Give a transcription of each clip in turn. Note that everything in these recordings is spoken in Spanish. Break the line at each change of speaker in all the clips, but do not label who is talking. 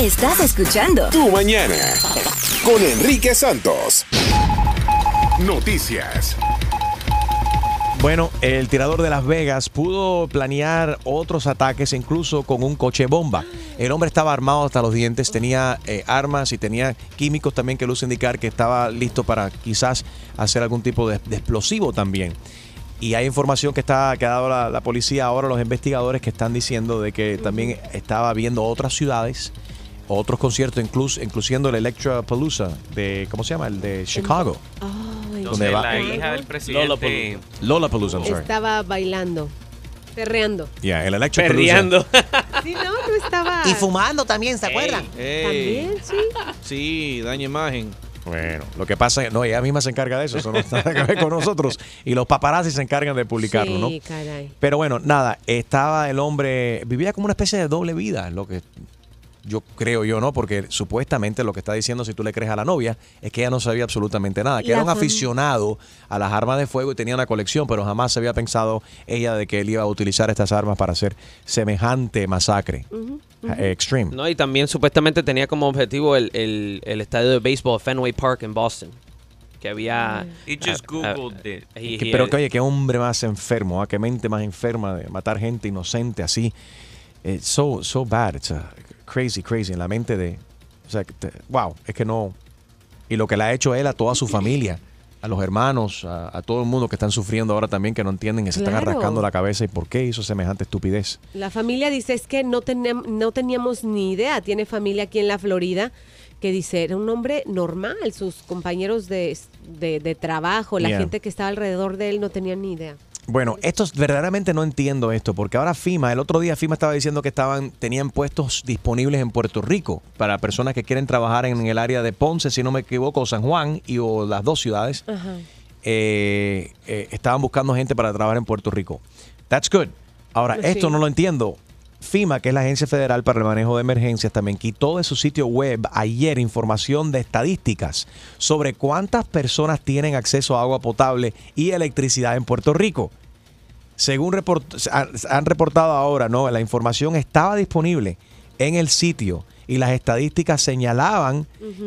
Estás escuchando
Tu mañana con Enrique Santos. Noticias.
Bueno, el tirador de Las Vegas pudo planear otros ataques incluso con un coche bomba. El hombre estaba armado hasta los dientes, tenía eh, armas y tenía químicos también que luz indicar que estaba listo para quizás hacer algún tipo de, de explosivo también. Y hay información que está que ha dado la, la policía ahora, los investigadores que están diciendo de que también estaba viendo otras ciudades, otros conciertos, incluso incluyendo el Electra Palooza de ¿cómo se llama? El de Chicago.
Entonces, la hija del presidente
Lola Palooza, I'm sorry.
Estaba bailando, perreando.
Yeah, el Electra Palooza.
perreando.
Sí, no, no estaba.
Y fumando también, ¿se acuerdan?
Ey,
También, sí.
sí, daña imagen.
Bueno, lo que pasa es que no, ella misma se encarga de eso, eso no tiene nada que ver con nosotros. Y los paparazzi se encargan de publicarlo, ¿no?
Sí, caray.
Pero bueno, nada, estaba el hombre, vivía como una especie de doble vida, lo que yo creo yo, ¿no? Porque supuestamente lo que está diciendo, si tú le crees a la novia, es que ella no sabía absolutamente nada, que
La
era un
fam-
aficionado a las armas de fuego y tenía una colección, pero jamás se había pensado ella de que él iba a utilizar estas armas para hacer semejante masacre. Eh, Extreme.
No, y también supuestamente tenía como objetivo el, el- el estadio de béisbol Fenway Park en Boston. Que había. Ah,
He just googled it.
he-
Que-
he-
pero que oye, qué hombre más enfermo, ah, qué mente más enferma de matar gente inocente así. Eh, so, so bad, it's uh, crazy, crazy, en la mente de... O sea, que te- wow, es que no... Y lo que le ha hecho él a toda su familia, a los hermanos, a, a todo el mundo que están sufriendo ahora también, que no entienden, que se están
Claro.
arrascando la cabeza y por qué hizo semejante estupidez.
La familia dice es que no, tenem- no teníamos ni idea. Tiene familia aquí en la Florida que dice era un hombre normal. Sus compañeros de, de- de trabajo, la
Yeah.
gente que estaba alrededor de él no tenían ni idea.
Bueno, esto es- verdaderamente no entiendo esto, porque ahora FIMA, el otro día FIMA estaba diciendo que estaban tenían puestos disponibles en Puerto Rico para personas que quieren trabajar en el área de Ponce, si no me equivoco, o San Juan y o las dos ciudades. Eh, eh, estaban buscando gente para trabajar en Puerto Rico. That's good. Ahora,
Sí.
esto no lo entiendo. FIMA, que es la Agencia Federal para el Manejo de Emergencias, también quitó de su sitio web ayer información de estadísticas sobre cuántas personas tienen acceso a agua potable y electricidad en Puerto Rico. Según report- han- han reportado ahora, ¿no? La información estaba disponible en el sitio y las estadísticas señalaban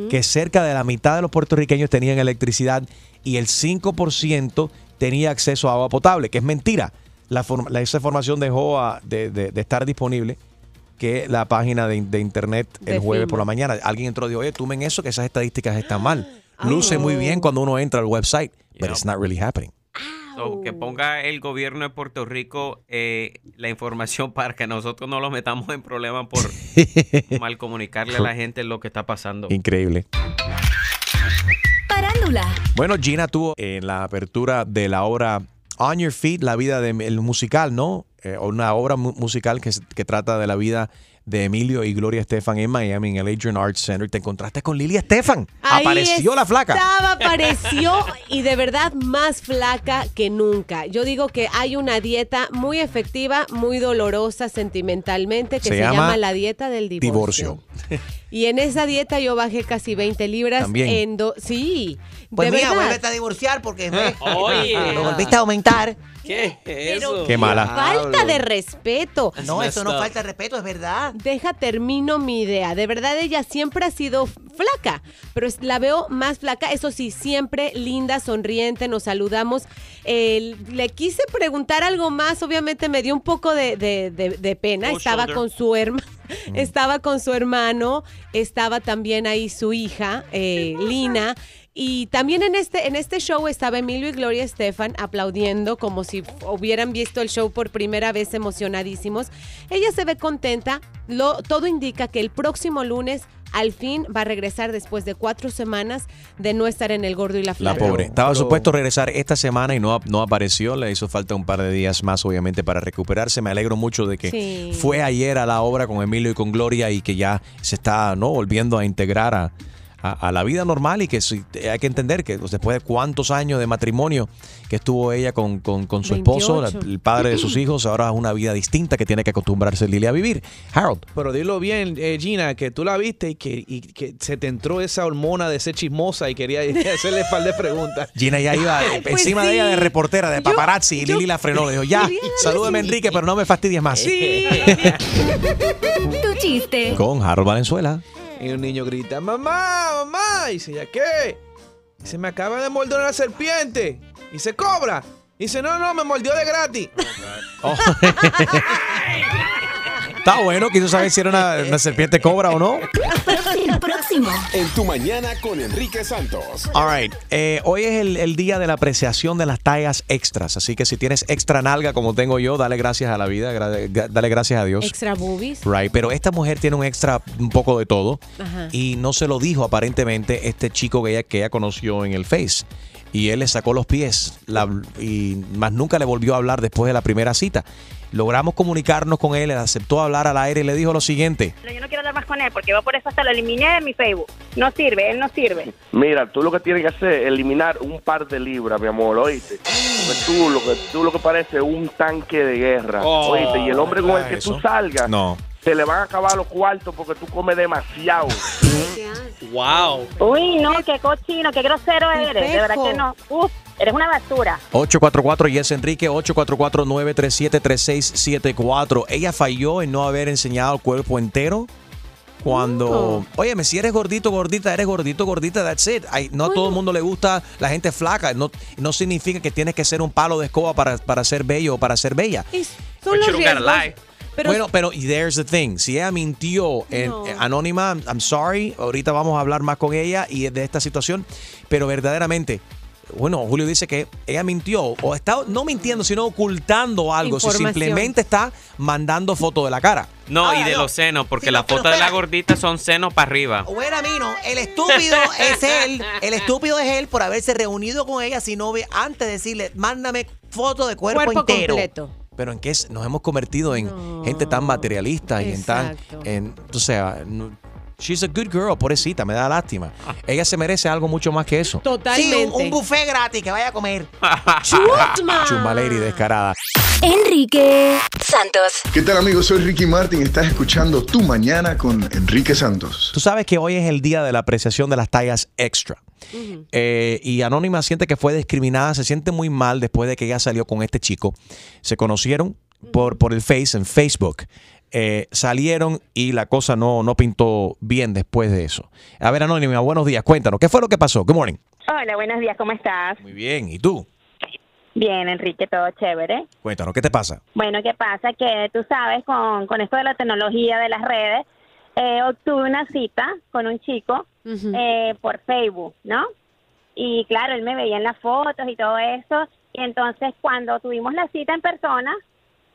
que cerca de la mitad de los puertorriqueños tenían electricidad y el 5% tenía acceso a agua potable, que es mentira. La, form- la- esa información dejó a- de, de- de estar disponible que la página de, in- de internet el
De
jueves
FEMA.
por la mañana. Alguien entró y dijo, oye, tomen eso, que esas estadísticas están mal. Luce muy bien cuando uno entra al website, but
Yeah.
it's not really happening.
So, que ponga el gobierno de Puerto Rico eh, la información para que nosotros no los metamos en problemas por mal comunicarle a la gente lo que está pasando.
Increíble.
Parándula.
Bueno, Gina tuvo en la apertura de la obra On Your Feet, la vida del musical, ¿no? Eh, una obra mu- musical que, se- que trata de la vida de Emilio y Gloria Estefan en Miami, en el Adrian Arts Center. Te encontraste con Lilia Estefan.
Ahí
Apareció la flaca.
Estaba, apareció y de verdad más flaca que nunca. Yo digo que hay una dieta muy efectiva, muy dolorosa sentimentalmente que
Se
se,
llama
llama, la dieta del divorcio.
Divorcio.
Y en esa dieta yo bajé casi 20 libras.
También.
En do- sí.
Pues
de
mira,
verdad.
vuélvete a divorciar porque ve,
Oye.
lo volviste a aumentar.
¿Qué es eso?
Qué mala.
Falta de respeto.
No, eso
messed
no
up.
falta de respeto, es verdad.
Deja, termino mi idea. De verdad, ella siempre ha sido flaca, pero es- la veo más flaca. Eso sí, siempre linda, sonriente, nos saludamos. Eh, le quise preguntar algo más, obviamente me dio un poco de, de- de- de pena.
Cold
estaba
shoulder.
con su hermano, estaba con su hermano, estaba también ahí su hija, eh, Lina. Y también en este, en este show estaba Emilio y Gloria Estefan aplaudiendo como si hubieran visto el show por primera vez emocionadísimos. Ella se ve contenta. Lo, todo indica que el próximo lunes al fin va a regresar después de cuatro semanas de no estar en el gordo y la
La
flaca.
pobre. Estaba
pero-
supuesto regresar esta semana y no, no apareció. Le hizo falta un par de días más, obviamente, para recuperarse. Me alegro mucho de que
Sí.
fue ayer a la obra con Emilio y con Gloria y que ya se está ¿no? volviendo a integrar a, a- a la vida normal y que sí, eh, hay que entender que pues, después de cuántos años de matrimonio que estuvo ella con, con- con su esposo, la-
28.
el padre de sus hijos, ahora es una vida distinta que tiene que acostumbrarse Lilia a vivir. Harold.
Pero dilo bien, eh, Gina, que tú la viste y que, y que se te entró esa hormona de ser chismosa y quería hacerle un par de preguntas.
Gina ya iba
Pues
encima de ella de
sí.
reportera, de
Yo-
paparazzi, y
yo-
Lili la frenó. Le dijo, ya,
Quería darle-
salúdame Enrique, pero no me fastidies más.
Sí.
Tu chiste.
Con Harold Valenzuela.
Y un niño grita, mamá, mamá. Y dice, ¿ya qué? Dice, me acaba de morder una serpiente. Y se cobra. Y dice, no, no, me mordió de gratis.
Está bueno, quiso saber si era una, una serpiente cobra o no.
Próximo, próximo.
En tu mañana con Enrique Santos.
All right. eh, hoy es el, el día de la apreciación de las tallas extras. Así que si tienes extra nalga como tengo yo, dale gracias a la vida, gra- ga- dale gracias a Dios.
Extra boobies.
Right, pero esta mujer tiene un extra un poco de todo
Ajá.
y no se lo dijo aparentemente este chico que ella, que ella conoció en el Face. Y él le sacó los pies la- y más nunca le volvió a hablar después de la primera cita. Logramos comunicarnos con él, él aceptó hablar al aire y le dijo lo siguiente.
Pero yo no quiero hablar más con él porque yo por eso hasta lo eliminé de mi Facebook. No sirve, él no sirve.
Mira, tú lo que tienes que hacer es eliminar un par de libras, mi amor, oíste. Porque tú lo que, tú lo que pareces es un tanque de guerra,
Oh,
oíste. Y el hombre con el que
eso.
tú salgas,
No.
se le van a acabar los cuartos porque tú comes demasiado.
Wow.
Uy, no, qué cochino, qué grosero eres. De verdad que no. Uf, eres una basura.
844 y es Enrique 844-937-3674. Ella falló en no haber enseñado el cuerpo entero. Cuando, óyeme, si eres gordito, gordita, eres gordito, gordita, that's it. Ay, no a todo el mundo le gusta la gente flaca. No, no significa que tienes que ser un palo de escoba para, para ser bello o para ser bella.
Y son los
you don't gotta
riesgos.
lie.
Pero
bueno, pero y there's the thing. Si ella mintió en,
No.
eh, anónima, I'm, I'm sorry. Ahorita vamos a hablar más con ella y de esta situación. Pero verdaderamente, bueno, Julio dice que ella mintió o está no mintiendo, sino ocultando algo. Si
Información.
simplemente está mandando foto de la cara.
No,
Ahora,
y de
no.
los senos, porque
Sí, no,
la
pero
foto de la
espera.
gordita son senos para arriba.
O era Mino, el estúpido es él, el estúpido es él por haberse reunido con ella sin novia antes de decirle, mándame foto de cuerpo,
cuerpo
entero.
completo.
Pero en qué es- nos hemos convertido en
No.
gente tan materialista y en tan.
Exacto.
En, o sea, no- she's a good girl, pobrecita, me da lástima. Ella se merece algo mucho más que eso.
Totalmente.
Sí, un, un buffet gratis que vaya a comer.
Chutma.
Chumba lady descarada.
Enrique Santos.
¿Qué tal amigos? Soy Ricky Martin, estás escuchando Tu Mañana con Enrique Santos.
Tú sabes que hoy es el día de la apreciación de las tallas extra. Eh, y Anónima siente que fue discriminada, se siente muy mal después de que ella salió con este chico. Se conocieron por, por el Face en Facebook. Eh, salieron y la cosa no, no pintó bien después de eso. A ver, Anónima, buenos días. Cuéntanos, ¿qué fue lo que pasó? Good morning.
Hola, buenos días, ¿cómo estás?
Muy bien, ¿y tú?
Bien, Enrique, todo chévere.
Cuéntanos, ¿qué te pasa?
Bueno, ¿qué pasa? Que tú sabes, con, con esto de la tecnología de las redes, eh, obtuve una cita con un chico
Ujú.
eh, por Facebook, ¿no? Y claro, él me veía en las fotos y todo eso. Y entonces cuando tuvimos la cita en persona,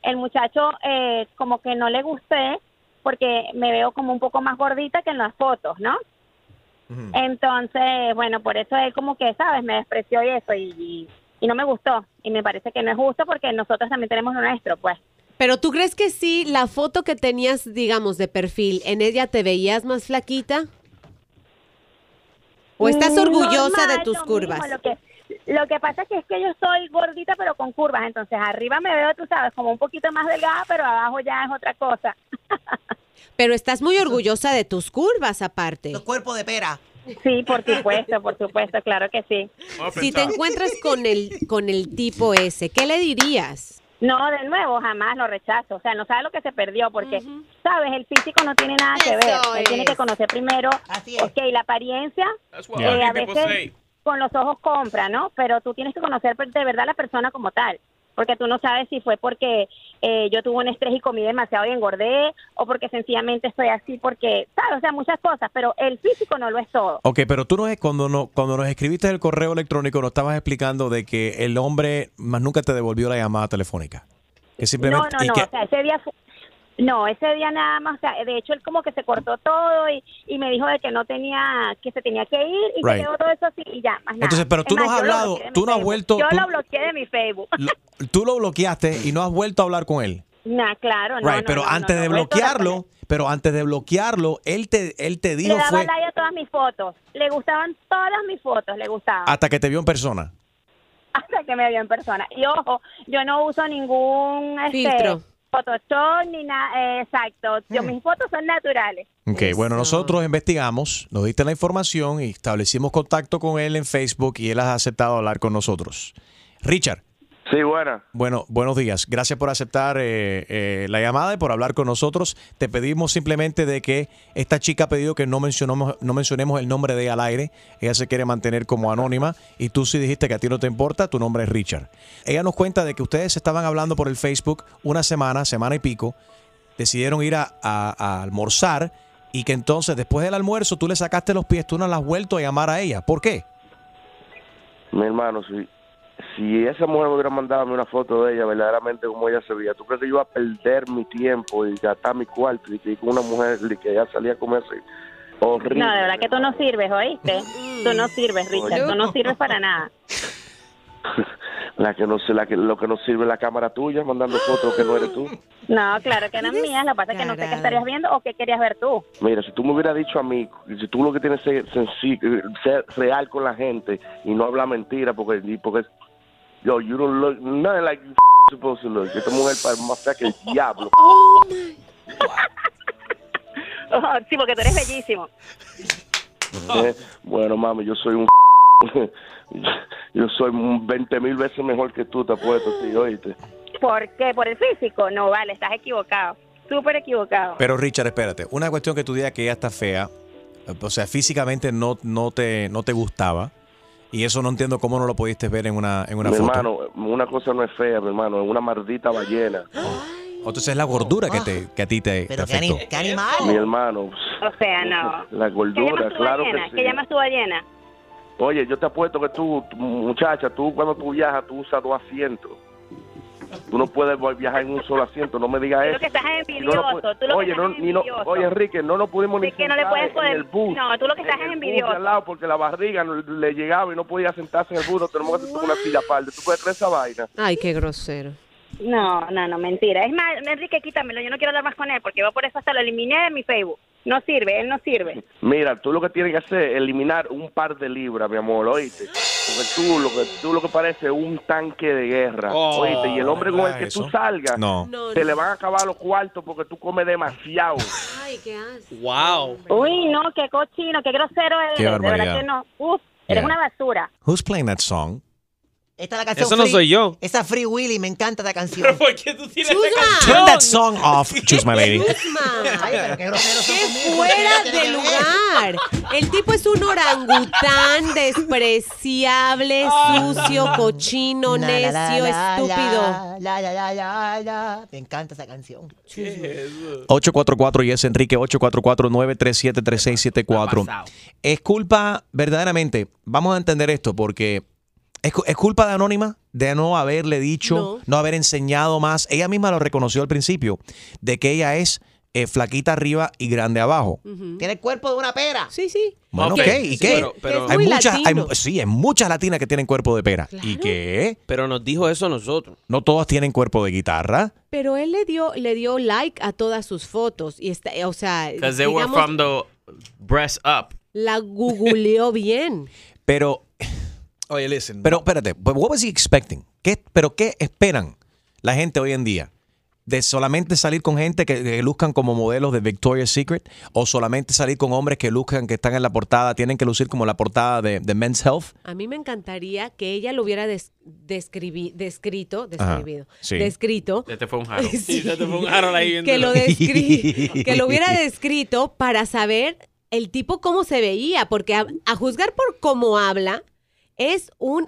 el muchacho eh, como que no le gusté porque me veo como un poco más gordita que en las fotos, ¿no? Entonces, bueno, por eso él como que, ¿sabes? Me despreció y eso y, y- y no me gustó. Y me parece que no es justo porque nosotros también tenemos lo nuestro, pues.
Pero tú crees que sí, la foto que tenías, digamos, de perfil, en ella te veías más flaquita? ¿O estás
Mm,
orgullosa de
normal,
tus
lo
curvas?
mismo, lo, que, lo que pasa es que, es que yo soy gordita pero con curvas, entonces arriba me veo, tú sabes, como un poquito más delgada, pero abajo ya es otra cosa.
Pero estás muy orgullosa de tus curvas aparte.
Los cuerpos de pera.
Sí, por supuesto, por supuesto, claro que sí.
Si te encuentras con el con el tipo ese, ¿qué le dirías?
No, de nuevo, jamás lo rechazo. O sea, no sabe lo que se perdió porque, ¿sabes? El físico no tiene nada que ver.
Eso
Él tiene
es.
que conocer primero,
Así es.
ok, la apariencia,
what
eh,
other
a
people
veces
say.
con los ojos compra, ¿no? Pero tú tienes que conocer per- de verdad la persona como tal. Porque tú no sabes si fue porque eh, yo tuve un estrés y comí demasiado y engordé, o porque sencillamente estoy así, porque, ¿sabes? O sea, muchas cosas, pero el físico no lo es todo.
Ok, pero tú nos, cuando, no, cuando nos escribiste el correo electrónico nos estabas explicando de que el hombre más nunca te devolvió la llamada telefónica. Que
No,
simplemente...
no,
y
no,
que-
o sea, ese día fue- No, ese día nada más, o sea, de hecho él como que se cortó todo y, y me dijo de que no tenía, que se tenía que ir y
Right.
se quedó todo eso así y ya, más nada.
Entonces, pero
Es
tú no
más,
has
yo lo
hablado,
bloqueé de mi
tú no has
Facebook.
vuelto,
Yo
tú-
lo bloqueé de mi Facebook.
Lo- tú lo bloqueaste y no has vuelto a hablar con él.
Nah, claro, no,
right,
no,
pero
no, no,
antes
no,
de
no, esto era con
bloquearlo,
él.
pero antes de bloquearlo, él te, él te
Le
dijo
daba
fue
like a todas mis fotos, le gustaban todas mis fotos, le gustaban.
hasta que te vio en persona.
hasta que me vio en persona. Y ojo, yo no uso ningún este,
Filtro.
Photoshop ni nada, eh, exacto. Yo,
Hmm.
mis fotos son naturales.
Ok, bueno,
Eso.
nosotros investigamos, nos diste la información y establecimos contacto con él en Facebook y él ha aceptado hablar con nosotros. Richard,
Sí, buena.
Bueno, buenos días. Gracias por aceptar eh, eh, la llamada y por hablar con nosotros. Te pedimos simplemente de que esta chica ha pedido que no mencionemos, no mencionemos el nombre de ella al aire. Ella se quiere mantener como anónima y tú sí dijiste que a ti no te importa, tu nombre es Richard. Ella nos cuenta de que ustedes estaban hablando por el Facebook una semana, semana y pico. Decidieron ir a, a- a almorzar y que entonces después del almuerzo tú le sacaste los pies, tú no la has vuelto a llamar a ella. ¿Por qué?
Mi hermano, si, si esa mujer me hubiera mandado a mí una foto de ella, verdaderamente como ella se veía, ¿tú crees que yo iba a perder mi tiempo y gastar mi cuarto y que y con una mujer y que ya salía a comerse? Horrible.
No, de verdad que tú no sirves, ¿oíste? Tú no sirves, Richard, tú no sirves para nada.
La que no, se- la que, lo que no sirve es la cámara tuya, mandando fotos que no eres tú.
No, claro que eran mías, la pasa es que no sé qué estarías viendo o qué querías ver tú.
Mira, si tú me hubieras dicho a mí, si tú lo que tienes es ser, senci- ser real con la gente y no hablar mentira, porque, y porque yo, you don't look nothing like you supposed to look. Esta mujer es más fea que el diablo.
Oh, sí, porque tú eres bellísimo.
Eh, Bueno, mami, yo soy un. yo soy un 20 mil veces mejor que tú, te apuesto, sí, oíste.
¿Por qué? ¿Por el físico? No, vale, estás equivocado. Súper equivocado.
Pero Richard, espérate, una cuestión que tú digas que ella está fea, o sea, físicamente no, no, te, no te gustaba, y eso no entiendo cómo no lo pudiste ver en una, en una
mi
foto.
hermano, una cosa no es fea, mi hermano, es una maldita ballena.
Entonces es la gordura que, te,
Ah.
que a ti te, te afectó.
Mi hermano,
O sea, no.
la
¿Qué llamas
gordura,
tú
claro
ballena?
que
¿Qué
sí.
llamas tú ballena?
Oye, yo te apuesto que tú, tú, muchacha, tú cuando tú viajas, tú usas dos asientos. Tú no puedes vol- viajar en un solo asiento, no me digas
Tú
eso.
lo que estás es
Y no lo
envidioso.
pu-
tú lo
oye,
que
no,
estás es
ni no-
envidioso.
oye, Enrique, no nos pudimos ni
Es que no le
sentar
puedes
en
poder-
el bus.
no, tú lo que estás
En
es
el bus de
envidioso.
al lado porque la barriga no- le llegaba y no podía sentarse en el bus, nos tenemos que hacer con una silla aparte. ¿Tú puedes traer esa vaina?
Ay, qué grosero.
No, no, no, mentira. Es más, Enrique, quítamelo. Yo no quiero hablar más con él porque yo por eso hasta lo eliminé de mi Facebook. No sirve, él no sirve.
Mira, tú lo que tienes que hacer es eliminar un par de libras, mi amor, oíste. Porque tú lo que, tú lo que parece es un tanque de guerra,
Oh,
oíste. Y el hombre con el
¿verdad
que tú
eso?
salgas,
No.
te le van a acabar los cuartos porque tú comes demasiado.
Ay, qué asco.
Wow.
Uy, no, qué cochino, qué grosero eres.
Qué
de verdad
barbaridad.
que no. Uf, eres
Yeah.
una basura.
Who's playing that song?
Esta es la canción
Eso no
Free-
soy yo.
Esa Free Willy, me encanta esta canción. ¿Pero
por qué tú tienes
Ah.
Turn that song off, choose my lady.
Ay, pero qué grosero son conmigo.
Fuera
¿Qué tiene
de
que ver?
lugar. El tipo es un orangután despreciable,
Ah.
sucio, cochino,
La, la,
necio,
la, la,
estúpido.
la, la, la, la, la. Me encanta esa canción.
844 y es Enrique 844-937-3674.
Está
Es culpa, verdaderamente, vamos a entender esto porque es, cu- es culpa de Anónima de no haberle dicho, no. haber enseñado más. Ella misma lo reconoció al principio, de que ella es eh, flaquita arriba y grande abajo.
Tiene el cuerpo de una pera.
Sí, sí.
Bueno,
Ok,
ok, ¿y
sí,
qué?
pero- pero-
hay
Es muy
muchas, hay-
latino.
sí, hay muchas latinas que tienen cuerpo de pera. ¿Y qué?
Pero nos dijo eso a nosotros.
No todas tienen cuerpo de guitarra.
Pero él le dio, le dio like a todas sus fotos. Y está, o sea,
Because they were
digamos,
from the breast up.
la googleó bien.
Pero
Oye, listen.
Pero espérate, but what was he expecting? ¿Qué, ¿Pero qué esperan la gente hoy en día? ¿De solamente salir con gente que, que luzcan como modelos de Victoria's Secret? ¿O solamente salir con hombres que luzcan, que están en la portada, tienen que lucir como la portada de, de Men's Health?
A mí me encantaría que ella lo hubiera des- describi- descrito,
Ajá,
describido,
sí.
descrito.
Ya te fue un jaro.
Sí.
Sí, ya te fue un jaro ahí
que lo,
viéndolo.
descri- que lo
Oh,
hubiera descrito para saber el tipo cómo se veía, porque a, a juzgar por cómo habla, es un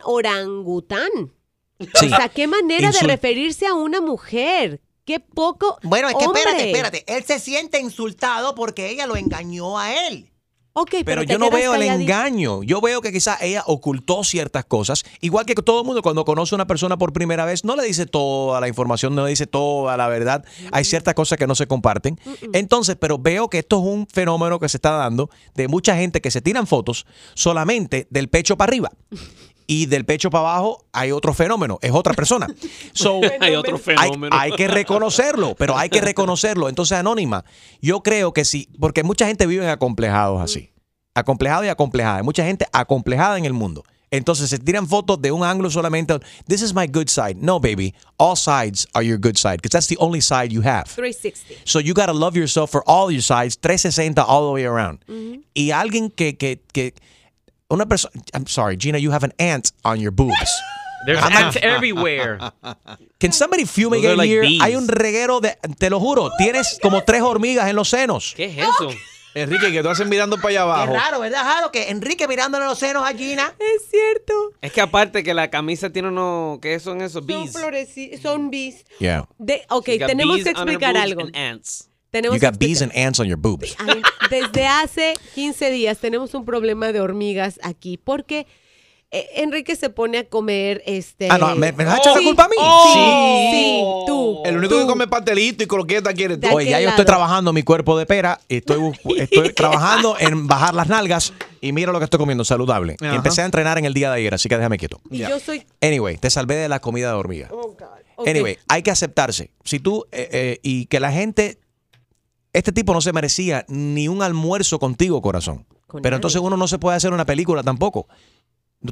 orangután.
Sí.
O sea, qué manera
Insul-
de referirse a una mujer. Qué poco.
Bueno, es que
hombre.
espérate, espérate. Él se siente insultado porque ella lo engañó a él.
Ok,
Pero yo no veo el engaño. Yo veo que quizás ella ocultó ciertas cosas. Igual que todo el mundo cuando conoce a una persona por primera vez, no le dice toda la información, no le dice toda la verdad. Hay ciertas cosas que no se comparten. Entonces, pero veo que esto es un fenómeno que se está dando de mucha gente que se tiran fotos solamente del pecho para arriba. Y del pecho para abajo hay otro fenómeno, es otra persona. So,
Hay otro fenómeno.
Hay, hay que reconocerlo, pero hay que reconocerlo. Entonces, Anónima, yo creo que sí, porque mucha gente vive en acomplejados así. Acomplejado y acomplejada. Hay mucha gente acomplejada en el mundo. Entonces se tiran fotos de un ángulo solamente. This is my good side. No, baby. All sides are your good side, because that's the only side you have.
360.
So you gotta love yourself for all your sides, 360 all the way around. Y alguien que, que, que una persona, I'm sorry, Gina, you have an ant on your boobs.
There's
"Ah,
ants everywhere.
Can somebody fumigate
Those are like
here?
bees.
Hay un reguero de, te lo juro, tienes como tres hormigas en los senos.
¿Qué es eso?
Enrique, que tú haces mirando para allá abajo.
Es raro, ¿verdad, Jaro? Que Enrique mirándole los senos a Gina.
Es cierto.
Es que aparte que la camisa tiene unos... ¿Qué son esos?
Son
Bees.
floreci- son bees.
Yeah.
De, ok,
You got
tenemos
bees
que
on her
explicar
boobs
algo.
and ants.
Tenemos
You
que
got bees and ants on your boobs.
Ay, Desde hace 15 días tenemos un problema de hormigas aquí porque eh, Enrique se pone a comer este.
Ah, no, ¿me- me vas a echar la
Sí,
culpa a mí?
Sí, sí, tú.
El único que come pastelito y croqueta quiere tú.
De
Oye, ya yo estoy trabajando mi cuerpo de pera, estoy, bu- estoy trabajando en bajar las nalgas y mira lo que estoy comiendo, saludable. Y
Ajá.
Empecé a entrenar en el día de ayer, así que déjame quieto.
Y yo soy.
Anyway, te salvé de la comida de hormiga.
Oh, God. Ok.
Anyway, hay que aceptarse. Si tú eh, eh, y que la gente, este tipo no se merecía ni un almuerzo contigo, corazón.
Con
Pero
nadie.
entonces uno no se puede hacer una película tampoco.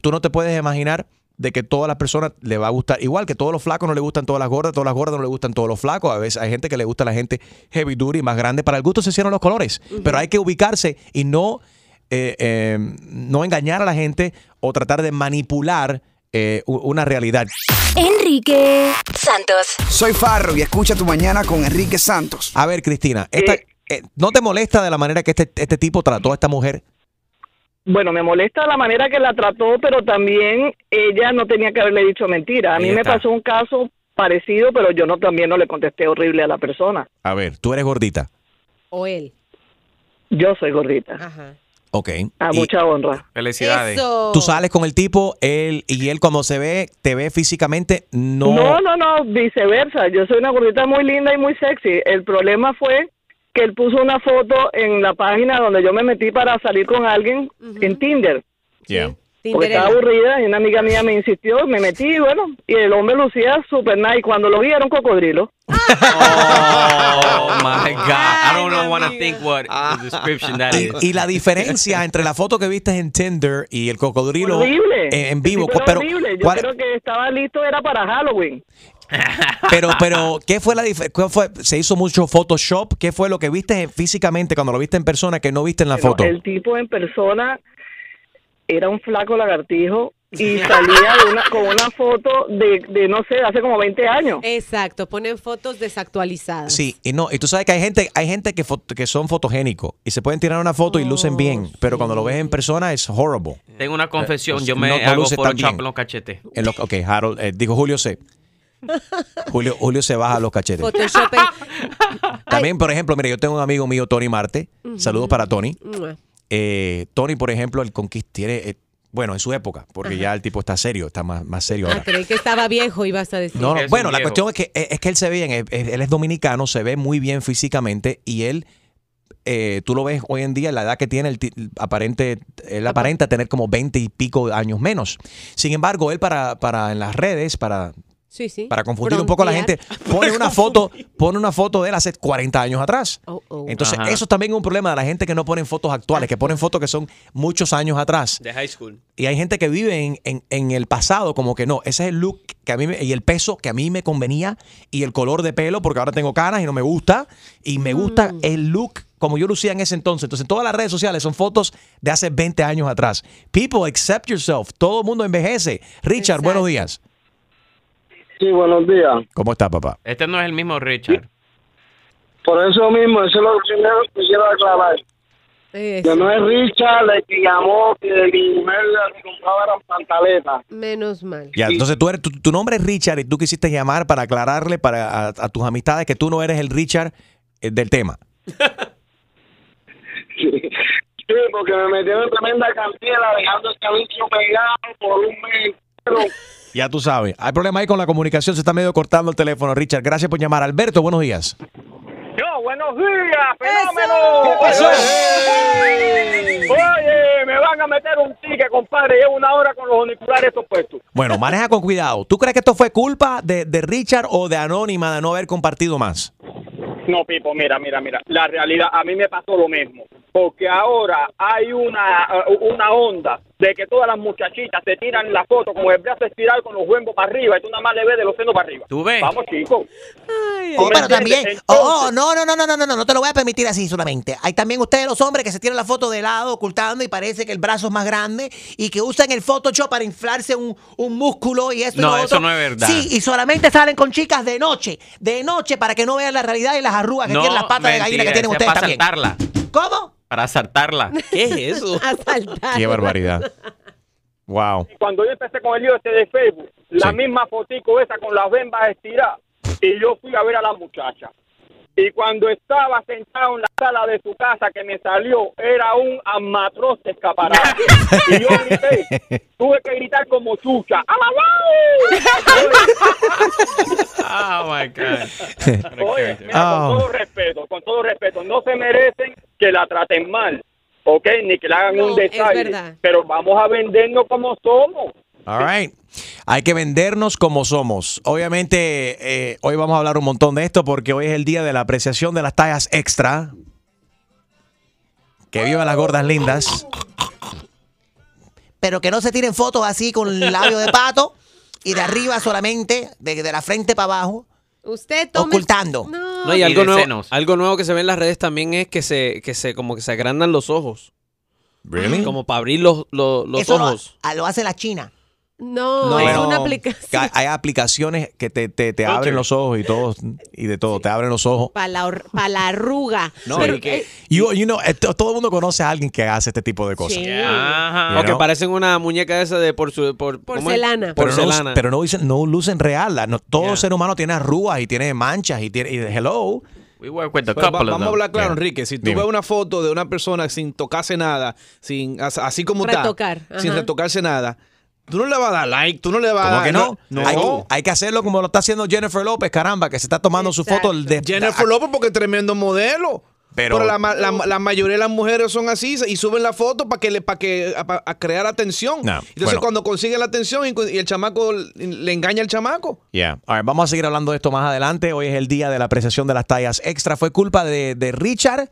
Tú no te puedes imaginar de que todas las personas le va a gustar. Igual que todos los flacos no le gustan todas las gordas, todas las gordas no le gustan todos los flacos. A veces hay gente que le gusta la gente heavy duty, más grande. Para el gusto se hicieron los colores. Pero hay que ubicarse y no, eh, eh, no engañar a la gente o tratar de manipular eh, u- una realidad.
Enrique Santos.
Soy Farro y escucha tu mañana con Enrique Santos.
A ver, Cristina, esta- eh, ¿no te molesta de la manera que este, este tipo trató a esta mujer?
Bueno, me molesta la manera que la trató, pero también ella no tenía que haberle dicho mentira. A mí
Ahí
me
está.
pasó un caso parecido, pero yo no también no le contesté horrible a la persona.
A ver, tú eres gordita.
O él.
Yo soy gordita.
Ajá.
Ok.
A
Y
mucha honra.
Felicidades.
Eso.
tú sales con el tipo él, y él cuando se ve, te ve físicamente, no...
No, no, no, viceversa. Yo soy una gordita muy linda y muy sexy. El problema fue que él puso una foto en la página donde yo me metí para salir con alguien en Tinder.
Yeah.
Porque estaba aburrida y una amiga mía me insistió, me metí y bueno, y el hombre lucía super nice. Cuando lo vi era un cocodrilo.
Oh my God. I don't know want to think what the description that
Y,
is.
y la diferencia entre la foto que viste en Tinder y el cocodrilo
horrible.
en, en vivo,
Sí, pero,
pero,
horrible. Yo
¿cuál-
creo que estaba listo era para Halloween.
pero, pero, ¿qué fue la diferencia? ¿Se hizo mucho Photoshop? ¿Qué fue lo que viste físicamente cuando lo viste en persona que no viste en la
Pero
foto?
El tipo en persona era un flaco lagartijo y salía de una, con una foto de, de, no sé, hace como 20 años.
Exacto, ponen fotos desactualizadas.
Sí, y no, y tú sabes que hay gente, hay gente que, fo- que son fotogénicos y se pueden tirar una foto y lucen bien, pero cuando lo ves en persona es horrible.
Tengo una confesión. Yo
No-
me
no
hago
luce tan
Photoshop
bien.
en los cachetes.
En los- ok, Harold, eh, digo Julio C. Julio, Julio se baja los cachetes.
Photoshop.
También, por ejemplo, mire, yo tengo un amigo mío, Tony Marte. Saludos para Tony.
Mua.
Eh, Tony, por ejemplo, el conquist tiene, eh, bueno, en su época, porque
Ajá.
ya el tipo está serio, está más, más serio
Ah,
ahora.
creí que estaba viejo, ibas a decir.
No, no,
Es un
bueno, la
viejo.
cuestión es que, eh, es es que él se ve bien, es- es- él es dominicano, se ve muy bien físicamente y él, eh, tú lo ves hoy en día, la edad que tiene, el ti- el aparente, él aparenta tener como 20 y pico años menos. Sin embargo, él para, para en las redes, para,
Sí, sí.
para confundir un poco a la gente,
Frontear.
pone una foto, pone una foto de él hace 40 años atrás.
Oh, oh. Ah.
Entonces,
Ajá.
eso también es un problema de la gente que no ponen fotos actuales, que ponen fotos que son muchos años atrás.
De high school.
Y hay gente que vive en, en- en el pasado, como que no, ese es el look que a mí me- y el peso que a mí me convenía y el color de pelo, porque ahora tengo canas y no me gusta. Y me gusta el look como yo lucía en ese entonces. Entonces, todas las redes sociales son fotos de hace 20 años atrás. People, accept yourself. Todo el mundo envejece. Richard, buenos días.
Sí, buenos días.
¿Cómo está, papá?
Este no es el mismo Richard.
Por eso mismo, eso es lo primero que quiero aclarar. Que no es Richard el que llamó que mi mujer le compraba eran pantaletas.
Menos mal.
Ya, entonces tú eres, tu, tu nombre es Richard y tú quisiste llamar para aclararle para a, a tus amistades que tú no eres el Richard eh, del tema.
Sí, porque me metieron tremenda cantidad dejando el cabello pegado por un mes. entero.
Ya tú sabes. Hay problema ahí con la comunicación, se está medio cortando el teléfono, Richard. Gracias por llamar. Alberto, buenos días.
Yo, buenos días, fenómeno. ¿Qué pasó? Oye, me van a meter un ticket, compadre. Llevo una hora con los auriculares estos puestos.
Bueno, maneja con cuidado. ¿Tú crees que esto fue culpa de, de Richard o de Anónima de no haber compartido más?
No, Pipo, mira, mira, mira. La realidad, a mí me pasó lo mismo.
porque ahora hay una, eh, una onda de que todas las muchachitas se tiran la foto con el brazo estirado y con los huevos para arriba y tú nada más le ves de los senos para arriba.
¿Tú ves?
Vamos, chicos.
Oh, pero también, oh, oh, no, no, no, no, no, no, no, no te lo voy a permitir así solamente. Hay también ustedes los hombres que se tiran la foto de lado ocultando y parece que el brazo es más grande y que usan el Photoshop para inflarse un, un músculo y esto y
No,
lo
eso
otro.
no es verdad.
Sí, y solamente salen con chicas de noche, de noche para que no vean la realidad y las arrugas que
No,
tienen las patas de gallina que
mentira,
tienen
sea
ustedes
para
también.
saltarla.
¿Cómo?
Para saltarla. ¿Qué es eso?
Asaltar.
Qué barbaridad. Wow.
Cuando yo empecé con el lío este de Facebook, la misma fotico esa con las bembas estiradas, y yo fui a ver a la muchacha. Y cuando estaba sentado en la sala de su casa que me salió, era un amatroz escaparado. y yo grité, tuve que gritar como chucha.
Oh my God.
Oye, mira,
Oh.
con todo respeto, con todo respeto, no se merecen que la traten mal, ¿ok? Ni que le hagan
No,
un
es
detalle.
verdad.
Pero vamos a vendernos como somos.
All right. Hay que vendernos como somos. Obviamente, eh, hoy vamos a hablar un montón de esto porque hoy es el día de la apreciación de las tallas extra. Que viva las gordas lindas.
Pero que no se tiren fotos así con labio de pato y de arriba solamente, de, de la frente para abajo.
Usted toma
Ocultando.
No,
No, y algo nuevo, algo nuevo que se ve en las redes también es que se, que se como que se agrandan los ojos.
Really?
Como para abrir los, los, los
Eso lo-
ojos.
a- Lo, hace la China.
No,
No,
es
no.
una aplicación
Que hay- Hay aplicaciones que te, te- te abren los ojos y todo, y de todo, te abren los ojos.
para la, or- pa' la arruga.
No,
Pero,
y que-
eh,
You, you know, eh, to- todo el mundo conoce a alguien que hace este tipo de cosas.
Sí.
You
Ajá. O que
know?
parecen una muñeca esa de por su, por, ¿cómo es?
Porcelana.
Pero no,
Porcelana.
pero no dicen- no lucen real. La- no- todo ser humano tiene arrugas y tiene manchas y tiene. y de- hello.
We work with a
Pero va-
couple of
vamos a
them.
hablar claro,
Yeah.
Enrique. Si tú
Dime.
ves una foto de una persona sin tocarse nada, sin as- así como
Retocar,
está, sin
ajá.
retocarse nada, tú no le vas a dar like, tú no le vas a
¿Cómo
dar.
que no?
No.
Hay, hay que hacerlo como lo está haciendo Jennifer López, caramba, que se está tomando su foto. De,
Jennifer Lopez porque es tremendo modelo.
Pero-
Pero, la, ma- la- la mayoría de las mujeres son así y suben la foto para que le para que a, pa- a crear atención.
No,
Entonces
bueno.
cuando consigue la atención y, cu- y el chamaco l- le engaña al chamaco.
Yeah. All right, vamos a seguir hablando de esto más adelante. Hoy es el día de la apreciación de las tallas extra. ¿Fue culpa de, de Richard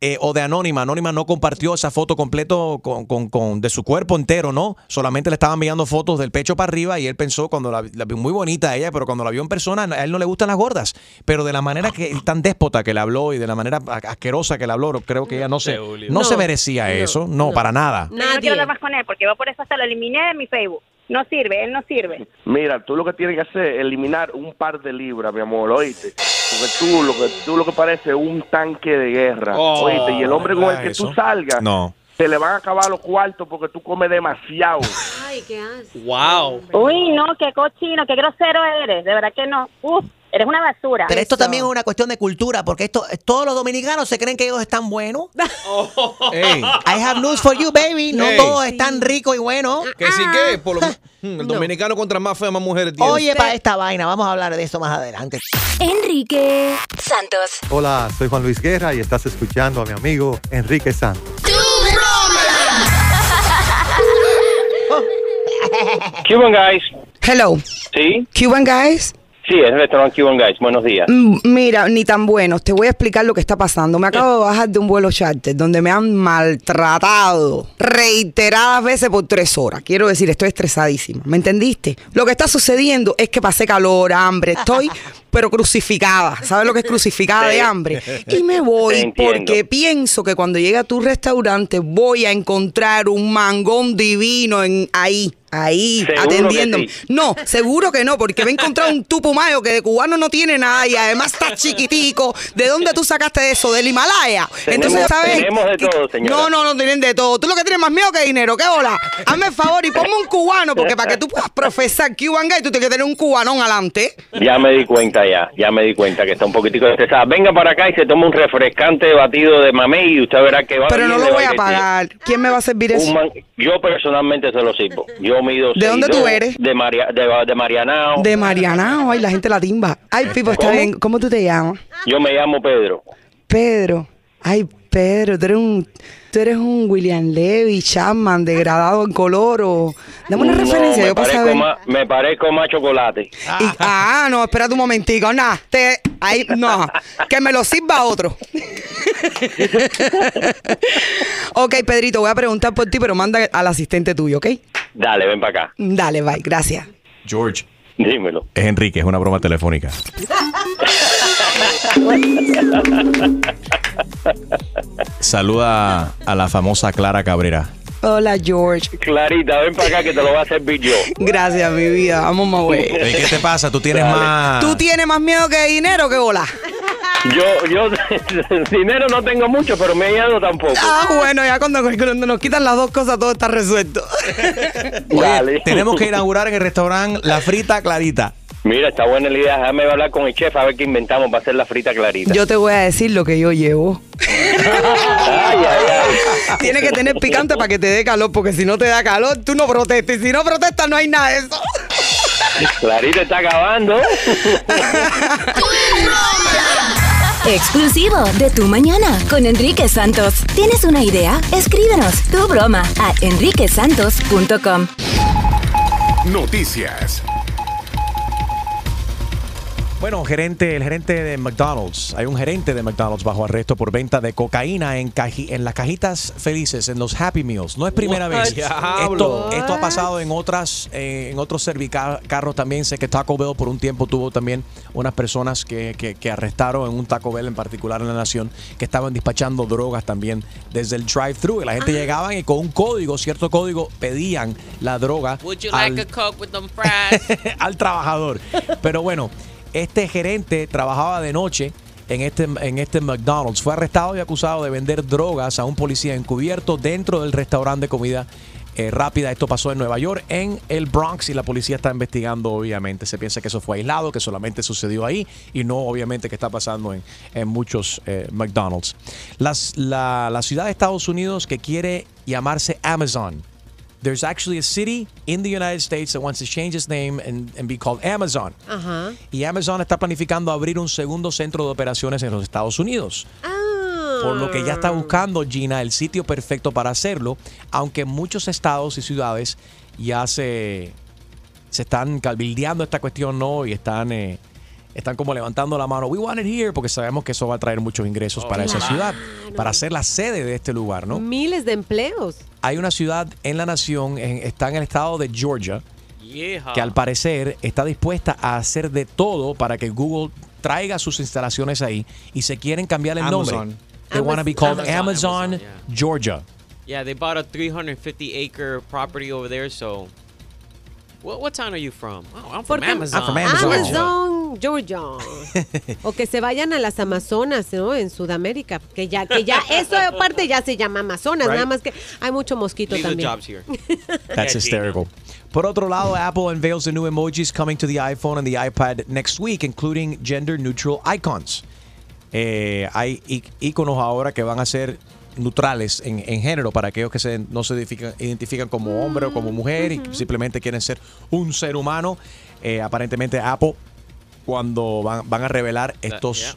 eh, o de Anónima? Anónima no compartió esa foto completo con, con- con- de su cuerpo entero, ¿no? Solamente le estaban mirando fotos del pecho para arriba y él pensó cuando la, la vio muy bonita ella, pero cuando la vio en persona, a él no le gustan las gordas. Pero de la manera que tan déspota que le habló y de la manera a- asquerosa que le habló, creo que ella no se, no,
No,
se merecía eso. No, para nada.
Yo no quiero hablar más con él porque yo por eso hasta lo eliminé de mi Facebook. No sirve, él no sirve.
Mira, tú lo que tienes que hacer es eliminar un par de libras, mi amor, oíste. Porque tú lo que, tú lo que parece es un tanque de guerra,
Oh,
oíste. Y el hombre con el que
eso.
tú salgas,
No.
te le van a acabar los cuartos porque tú comes demasiado.
Ay, qué asco.
Wow.
Uy, no, qué cochino, qué grosero eres. De verdad que no. Uf, eres una basura.
Pero esto también es una cuestión de cultura, porque esto todos los dominicanos se creen que ellos están buenos.
Ey.
I have news for you, baby. No
Ey.
todos están ricos y buenos.
Que sí que
Ah.
por lo- Hmm, el dominicano contra más fea más mujeres tiene.
Oye, para esta vaina, vamos a hablar de eso más adelante.
Enrique Santos.
Hola, soy Juan Luis Guerra y estás escuchando a mi amigo Enrique Santos.
Cuban Guys.
Hello.
¿Sí?
Cuban Guys.
Sí, es el restaurante Cuban Guys. Buenos días.
Mm, Mira, ni tan buenos. Te voy a explicar lo que está pasando. Me acabo de
Eh.
bajar de un vuelo charter donde me han maltratado reiteradas veces por tres horas. Quiero decir, estoy estresadísima. ¿Me entendiste? Lo que está sucediendo es que pasé calor, hambre. Estoy, pero crucificada. ¿Sabes lo que es crucificada de
Sí.
hambre? Y me voy
entiendo.
porque pienso que cuando llegue a tu restaurante voy a encontrar un mangón divino en ahí. Ahí,
Seguro que
atendiéndome.
sí.
No, seguro que no, porque me he encontrado un tupumayo que de cubano no tiene nada y además está chiquitico. ¿De dónde tú sacaste eso? ¿Del Himalaya?
Tenemos-
Entonces, ¿sabes?
tenemos de
¿Qué-
todo, señora.
No, no, no tienen de todo. Tú lo que tienes más miedo que dinero. ¿Qué hola? Hazme el favor y ponme un cubano, porque para que tú puedas profesar Cuban Guy, tú tienes que tener un cubanón adelante.
Ya me di cuenta ya, ya me di cuenta que está un poquitico estresada. Venga para acá y se toma un refrescante batido de mamey y usted verá que va
Pero no
bien,
lo
le
voy a
ir
pagar. ¿Quién me va a servir
bien. Un
eso?
man- yo personalmente se lo sirvo. Yo mido
¿De dónde tú
6'2",
eres?
De, Maria, de, de Marianao.
De Mariana. Ay, la gente la timba. Ay, Pipo, está
¿Cómo?
bien. ¿Cómo tú te llamas?
Yo me llamo Pedro.
Pedro. Ay, Pedro, tú eres un, tú eres un William Levy, Chapman, degradado en color o... Dame una
No,
referencia,
me
yo para
parezco
saber.
más- me parezco más chocolate.
Y- ah, no, espérate un momentico. Nah, te, ahí, no, que me lo sirva otro. ok, Pedrito, voy a preguntar por ti, pero manda al asistente tuyo, ¿ok?
Dale, ven para acá.
Dale, bye, gracias.
George.
Dímelo.
Es Enrique, es una broma telefónica. Saluda a la famosa Clara Cabrera.
Hola, George.
Clarita, ven para acá que te lo voy a servir yo.
Gracias, mi vida. Vamos, my way.
Ey, ¿Qué te pasa? Tú tienes más...
Pues. ¿Tú tienes más miedo que dinero que bola?
Yo, yo, dinero no tengo mucho, pero me he ido tampoco.
Ah, bueno, ya cuando, cuando nos quitan las dos cosas todo está resuelto.
Oye,
Dale.
tenemos que inaugurar en el restaurante La Frita Clarita.
Mira, está buena la idea. Déjame hablar con el chef a ver qué inventamos para hacer la frita clarita.
Yo te voy a decir lo que yo llevo. Tiene que tener picante para que te dé calor, porque si no te da calor, tú no protestas. Y si no protestas, no hay nada de eso.
Clarita está acabando.
Exclusivo de Tu Mañana con Enrique Santos. ¿Tienes una idea? Escríbenos tu broma a enriquesantos.com.
Noticias.
Bueno, gerente, el gerente de McDonald's. Hay un gerente de McDonald's bajo arresto por venta de cocaína en, caji- en las cajitas felices, en los Happy Meals. No es primera
What?
vez.
Diablo.
Esto, esto ha pasado en otras, eh, en otros servicarros también. Sé que Taco Bell por un tiempo tuvo también unas personas que, que- que arrestaron en un Taco Bell en particular en la nación que estaban despachando drogas también desde el drive-thru. Y La
Ah.
gente llegaba y con un código, cierto código, pedían la droga.
Would you
al-
like a Coke with them fries?
al trabajador. Pero bueno, este gerente trabajaba de noche en este, en este McDonald's. Fue arrestado y acusado de vender drogas a un policía encubierto dentro del restaurante de comida eh, rápida. Esto pasó en Nueva York, en el Bronx, y la policía está investigando, obviamente. Se piensa que eso fue aislado, que solamente sucedió ahí, y no, obviamente, que está pasando en, en muchos eh, McDonald's. Las- la- la ciudad de Estados Unidos que quiere llamarse Amazon. There's actually a city in the United States that wants to change its name and, and be called Amazon.
Ajá.
Y Amazon está planificando abrir un segundo centro de operaciones en los Estados Unidos. Por lo que ya está buscando Gina el sitio perfecto para hacerlo, aunque muchos estados y ciudades ya se, se están calvildeando esta cuestión, ¿no? Y están, eh, están como levantando la mano, we want it here, porque sabemos que eso va a traer muchos ingresos para esa ciudad, para ser la sede de este lugar, ¿no?
Miles de empleos.
hay una ciudad en la nación, en- está en el estado de Georgia,
Yeeja.
que al parecer está dispuesta a hacer de todo para que Google traiga sus instalaciones ahí y se quieren cambiar el nombre.
Amazon.
They want to be called Amazon,
Amazon,
Georgia.
Yeah, they bought a 350 acre property over there. So, what, what town are you from? Oh, I'm from
Ah, Porque-
Amazon.
Amazon, Georgia. o que se vayan a las Amazonas, ¿no? En Sudamérica. Que ya, que ya, eso aparte ya se llama Amazonas.
Right.
Nada más que hay mucho mosquito
Leave the
también.
jobs here.
That's hysterical. Por otro lado, Apple unveils the new emojis coming to the iPhone and the iPad next week, including gender-neutral icons. Eh, hay i- iconos ahora que van a ser neutrales en, en género para aquellos que se- no se edifican- identifican como hombre o como mujer
Mm,
y simplemente quieren ser un ser humano. Eh, aparentemente Apple, cuando van, van a revelar estos,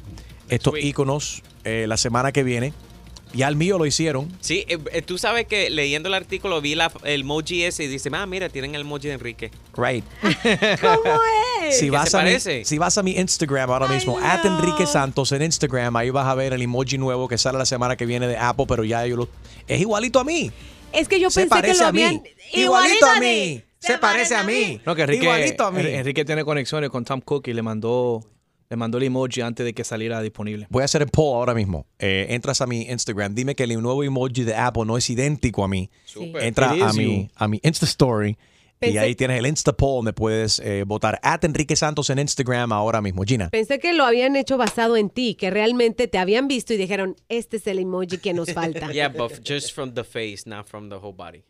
estos iconos eh, la semana que viene, ya el mío lo hicieron.
Sí, eh, eh, tú sabes que leyendo el artículo vi la, el emoji ese y dice, ah, mira, tienen el emoji de Enrique.
Right.
¿Cómo es?
Si vas,
se
a mi,
parece?
si vas a mi Instagram ahora mismo, at Enrique Santos en Instagram, ahí vas a ver el emoji nuevo que sale la semana que viene de Apple, pero ya yo lo. Es igualito a mí.
Es que yo
Se
pensé que
parece
lo
a mí.
habían.
Igualito a
Igualidades.
mí. Se parece a mí.
No, que Enrique,
Igualito a mí.
Enri- Enrique tiene conexiones con Tom Cook y le mandó, le mandó el emoji antes de que saliera disponible.
Voy a hacer el poll ahora mismo. Eh, entras a mi Instagram, dime que el nuevo emoji de Apple no es idéntico a mí.
Súper.
Entra
It
a
is
mi,
you.
a mi Insta Story. Y
Pensé-
ahí tienes el Insta Poll donde puedes eh, votar. At Enrique Santos en Instagram ahora mismo. Gina.
Pensé que lo habían hecho basado en ti, que realmente te habían visto y dijeron, este es el emoji que nos falta.
Yeah, but just from the face, not from the whole body.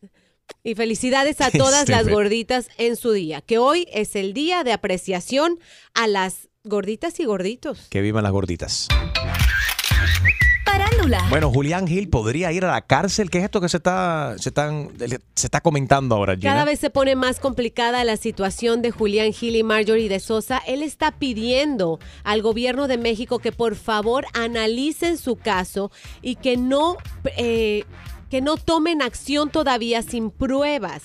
Y felicidades a todas
Este
las
Stupid.
gorditas en su día, que hoy es el día de apreciación a las gorditas y gorditos.
Que vivan las gorditas.
Farándula.
Bueno, Julián Gil podría ir a la cárcel. ¿Qué es esto que se está, se están, se está comentando ahora, Gina?
Cada vez se pone más complicada la situación de Julián Gil y Marjorie de Sosa. Él está pidiendo al gobierno de México que por favor analicen su caso y que no, eh, que no tomen acción todavía sin pruebas.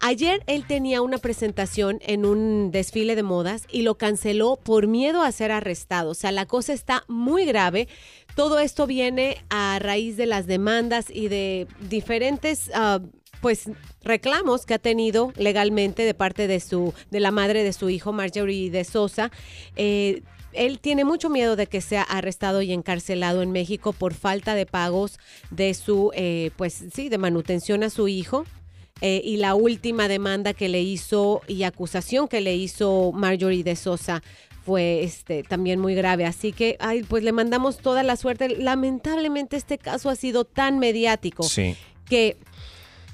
Ayer él tenía una presentación en un desfile de modas y lo canceló por miedo a ser arrestado. O sea, la cosa está muy grave. Todo esto viene a raíz de las demandas y de diferentes ah, pues reclamos que ha tenido legalmente de parte de su de la madre de su hijo Marjorie de Sosa. Eh, él tiene mucho miedo de que sea arrestado y encarcelado en México por falta de pagos de su eh, pues sí de manutención a su hijo. Eh, y la última demanda que le hizo y acusación que le hizo Marjorie de Sosa fue este también muy grave. Así que, ay, pues le mandamos toda la suerte. Lamentablemente este caso ha sido tan mediático
Sí.
que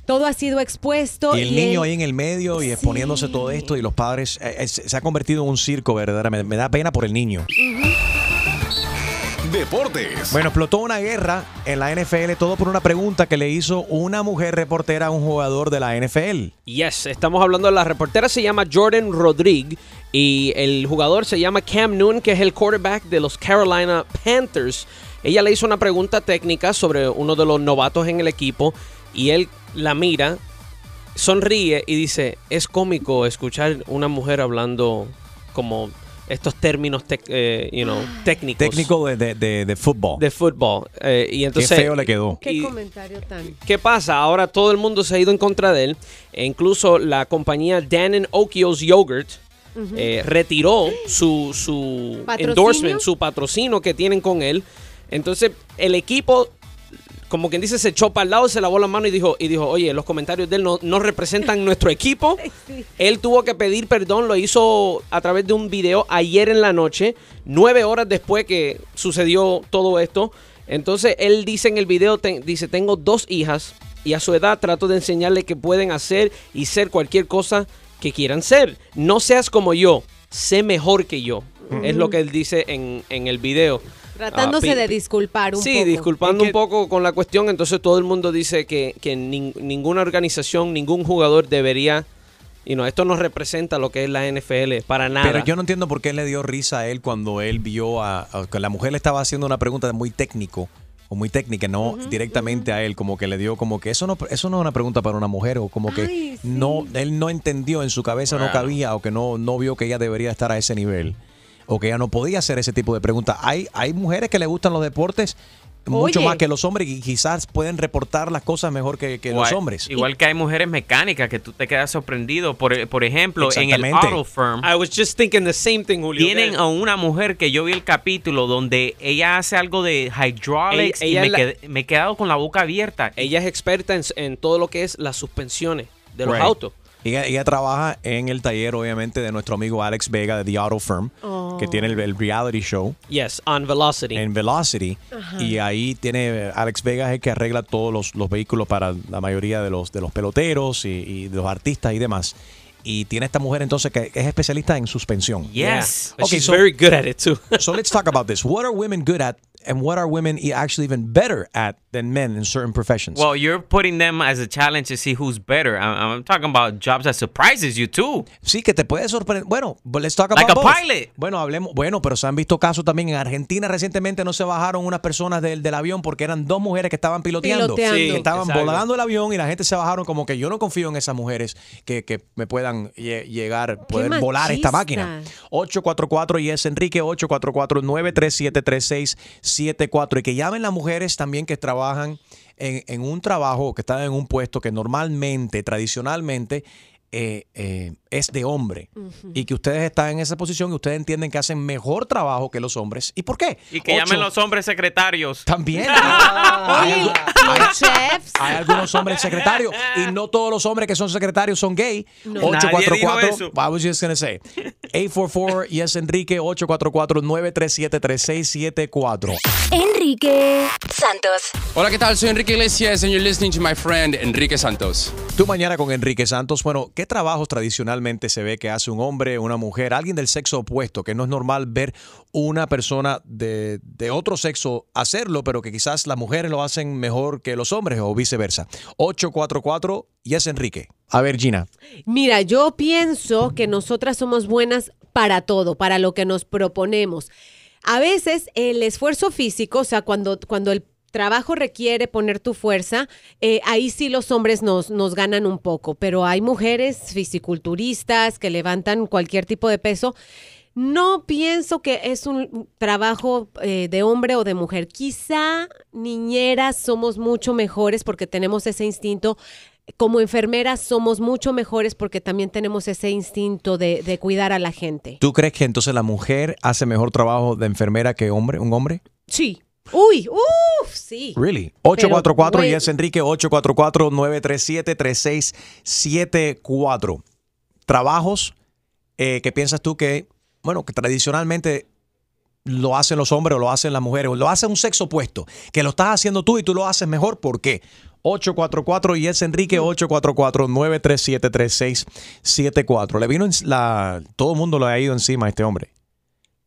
todo ha sido expuesto.
Y el niño
él-
ahí en el medio y exponiéndose todo esto y los padres, eh, eh, se se ha convertido en un circo, verdaderamente. Me da pena por el niño.
Deportes.
Bueno, explotó una guerra en la NFL, todo por una pregunta que le hizo una mujer reportera a un jugador de la NFL.
Yes, estamos hablando de la reportera, se llama Jordan Rodríguez y el jugador se llama Cam Newton, que es el quarterback de los Carolina Panthers. Ella le hizo una pregunta técnica sobre uno de los novatos en el equipo y él la mira, sonríe y dice, es cómico escuchar una mujer hablando como estos términos tec- eh, you know, técnicos.
Técnico de, de, de, de fútbol.
De fútbol. eh, y entonces,
feo le quedó.
Qué
y-
comentario tan.
¿Qué pasa? Ahora todo el mundo se ha ido en contra de él. E incluso la compañía Danon Okios Yogurt
Ujú.
eh, retiró su, su
¿Patrocinio?
endorsement, su patrocinio que tienen con él. Entonces el equipo, como quien dice, se echó para el lado, se lavó la mano y dijo, y dijo oye, los comentarios de él no, no representan nuestro equipo. Él tuvo que pedir perdón, lo hizo a través de un video ayer en la noche, nueve horas después que sucedió todo esto. Entonces él dice en el video, te- dice, tengo dos hijas y a su edad trato de enseñarle que pueden hacer y ser cualquier cosa que quieran ser. No seas como yo, sé mejor que yo.
Mm.
Es lo que él dice en, en el video.
Tratándose
Ah, pi-
de disculpar un
sí,
poco.
disculpando un poco con la cuestión, entonces todo el mundo dice que, que nin- ninguna organización, ningún jugador debería... Y no, esto no representa lo que es la NFL, para nada.
Pero yo no entiendo por qué le dio risa a él cuando él vio a, a- que la mujer le estaba haciendo una pregunta muy técnico o muy técnica, no directamente a él, como que le dio como que eso no eso no es una pregunta para una mujer o como que
Ay, sí.
no él no entendió en su cabeza no
Claro.
cabía o que no no vio que ella debería estar a ese nivel o que ella no podía hacer ese tipo de preguntas. Hay hay mujeres que le gustan los deportes mucho
Oye.
más que los hombres y quizás pueden reportar las cosas mejor que, que los
Igual-
hombres.
Igual que hay mujeres mecánicas que tú te quedas sorprendido. Por, eh, por ejemplo, en el
Exactamente.
Auto Firm.
I was just thinking the same thing, Julio.
Tienen a una mujer que yo vi el capítulo donde ella hace algo de hydraulics
Ella- ella
y me,
la-
quedé- me he quedado con la boca abierta.
Ella es experta en, en todo lo que es las suspensiones de los
Right.
autos.
Ella, ella trabaja en el taller, obviamente, de nuestro amigo Alex Vega de The Auto Firm,
Oh.
que tiene el, el reality show
Yes, on velocity.
en Velocity.
Ajá.
Y ahí tiene Alex Vega es el que arregla todos los, los vehículos para la mayoría de los, de los peloteros y, y de los artistas y demás. Y tiene esta mujer entonces que es especialista en suspensión.
Yes. Yeah.
Okay,
She's very good at it too.
so let's talk about this. What are women good at and what are women e-, actually even better at than men in certain professions?
Well, you're putting them as a challenge to see who's better. I'm, I'm talking about jobs that surprises you too.
Sí, que te puede sorprender. Bueno, but let's talk about
Like a
both.
pilot.
Bueno, hablemos. Bueno, pero se han visto casos también en Argentina recientemente no se bajaron unas personas del, del avión porque eran dos mujeres que estaban piloteando,
Piloteando. Sí,
que estaban
exacto.
volando el avión y la gente se bajaron como que yo no confío en esas mujeres que, que me puedan lle- llegar, poder volar esta máquina.
machistas.
844 y es Enrique 844 937 3674 y que llamen las mujeres también que trabajan en, en un trabajo, que están en un puesto que normalmente, tradicionalmente, eh, eh, es de hombre
Ujú.
y que ustedes están en esa posición y ustedes entienden que hacen mejor trabajo que los hombres. ¿Y por qué?
Y que llamen los hombres secretarios.
También.
Oye,
algu-
los chefs.
hay algunos hombres secretarios y no todos los hombres que son secretarios son gay.
No. Nadie dijo
844.
eso.
I was just gonna say. 844 yes Enrique 844 937 3674.
Enrique Santos.
Hola, ¿qué tal? Soy Enrique Iglesias and you're listening to my friend Enrique Santos.
Tu mañana con Enrique Santos. Bueno, ¿qué ¿Qué trabajos tradicionalmente se ve que hace un hombre, una mujer, alguien del sexo opuesto? Que no es normal ver una persona de, de otro sexo hacerlo, pero que quizás las mujeres lo hacen mejor que los hombres o viceversa. 844 y es Enrique. A ver, Gina.
Mira, yo pienso que nosotras somos buenas para todo, para lo que nos proponemos. A veces el esfuerzo físico, o sea, cuando, cuando el trabajo requiere poner tu fuerza, eh, ahí sí los hombres nos, nos ganan un poco, pero hay mujeres fisiculturistas que levantan cualquier tipo de peso. No pienso que es un trabajo eh, de hombre o de mujer. Quizá niñeras somos mucho mejores porque tenemos ese instinto como enfermeras somos mucho mejores porque también tenemos ese instinto de, de cuidar a la gente.
¿Tú crees que entonces la mujer hace mejor trabajo de enfermera que hombre, un hombre?
Sí. Uy, uff, sí.
Really?
Pero,
844
güey,
y es Enrique 844-937-3674. Trabajos eh, que piensas tú que, bueno, que tradicionalmente lo hacen los hombres o lo hacen las mujeres o lo hace un sexo opuesto, que lo estás haciendo tú y tú lo haces mejor, ¿por qué? 844 y es Enrique
Mm.
844-937-3674. Le vino en- la todo el mundo lo ha ido encima a este hombre.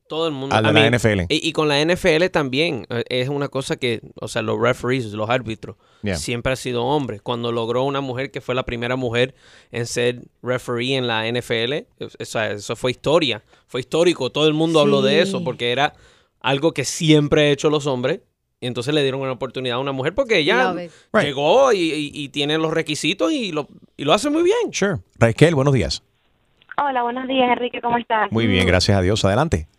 Todo el mundo.
A la
I mean,
NFL.
Y, y con la NFL también eh, es una cosa que, o sea, los referees, los árbitros,
Yeah.
siempre ha sido hombres. Cuando logró una mujer que fue la primera mujer en ser referee en la NFL, eh, o sea, eso fue historia, fue histórico. Todo el mundo habló de eso
Sí.
porque era algo que siempre han hecho los hombres. Y entonces le dieron una oportunidad a una mujer porque ella
Love it.
llegó y, y- y tiene los requisitos y lo, y lo hace muy bien.
Sure. Raquel, buenos días.
Hola, buenos días, Enrique, ¿cómo estás?
Muy bien, gracias a Dios. Adelante.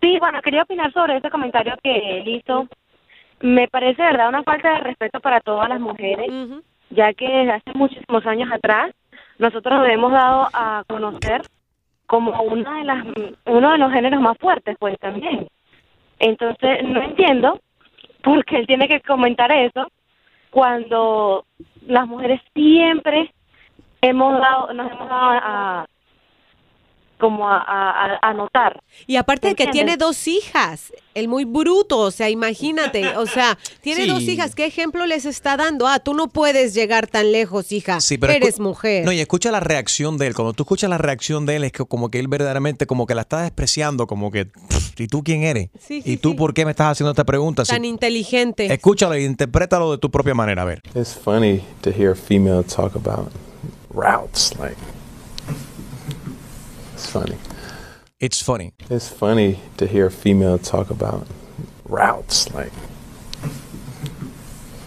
Sí, bueno, quería opinar sobre ese comentario que él hizo. Me parece, de verdad, una falta de respeto para todas las mujeres, ya que desde hace muchísimos años atrás nosotros nos hemos dado a conocer como una de las, uno de los géneros más fuertes, pues también. Entonces, no entiendo por qué él tiene que comentar eso cuando las mujeres siempre hemos dado, nos hemos dado a, como a, a, a- a notar.
Y aparte de que
¿Entiendes?
tiene dos hijas, el muy bruto, o sea, imagínate, o sea, tiene
Sí.
dos hijas, ¿qué ejemplo les está dando? Ah, tú no puedes llegar tan lejos, hija,
Sí, pero
eres
escu-
mujer.
No, y escucha la reacción de él. Cuando tú escuchas la reacción de él, es que como que él verdaderamente como que la está despreciando, como que, "Pff, ¿y tú quién eres?
Sí, sí,
¿Y tú
sí.
por qué me estás haciendo esta pregunta?
tan
Sí.
inteligente.
Escúchalo e interprétalo de tu propia manera, a ver.
It's funny to hear a female talk about routes. Like, it's funny.
It's funny.
It's funny to hear a female talk about routes. Like,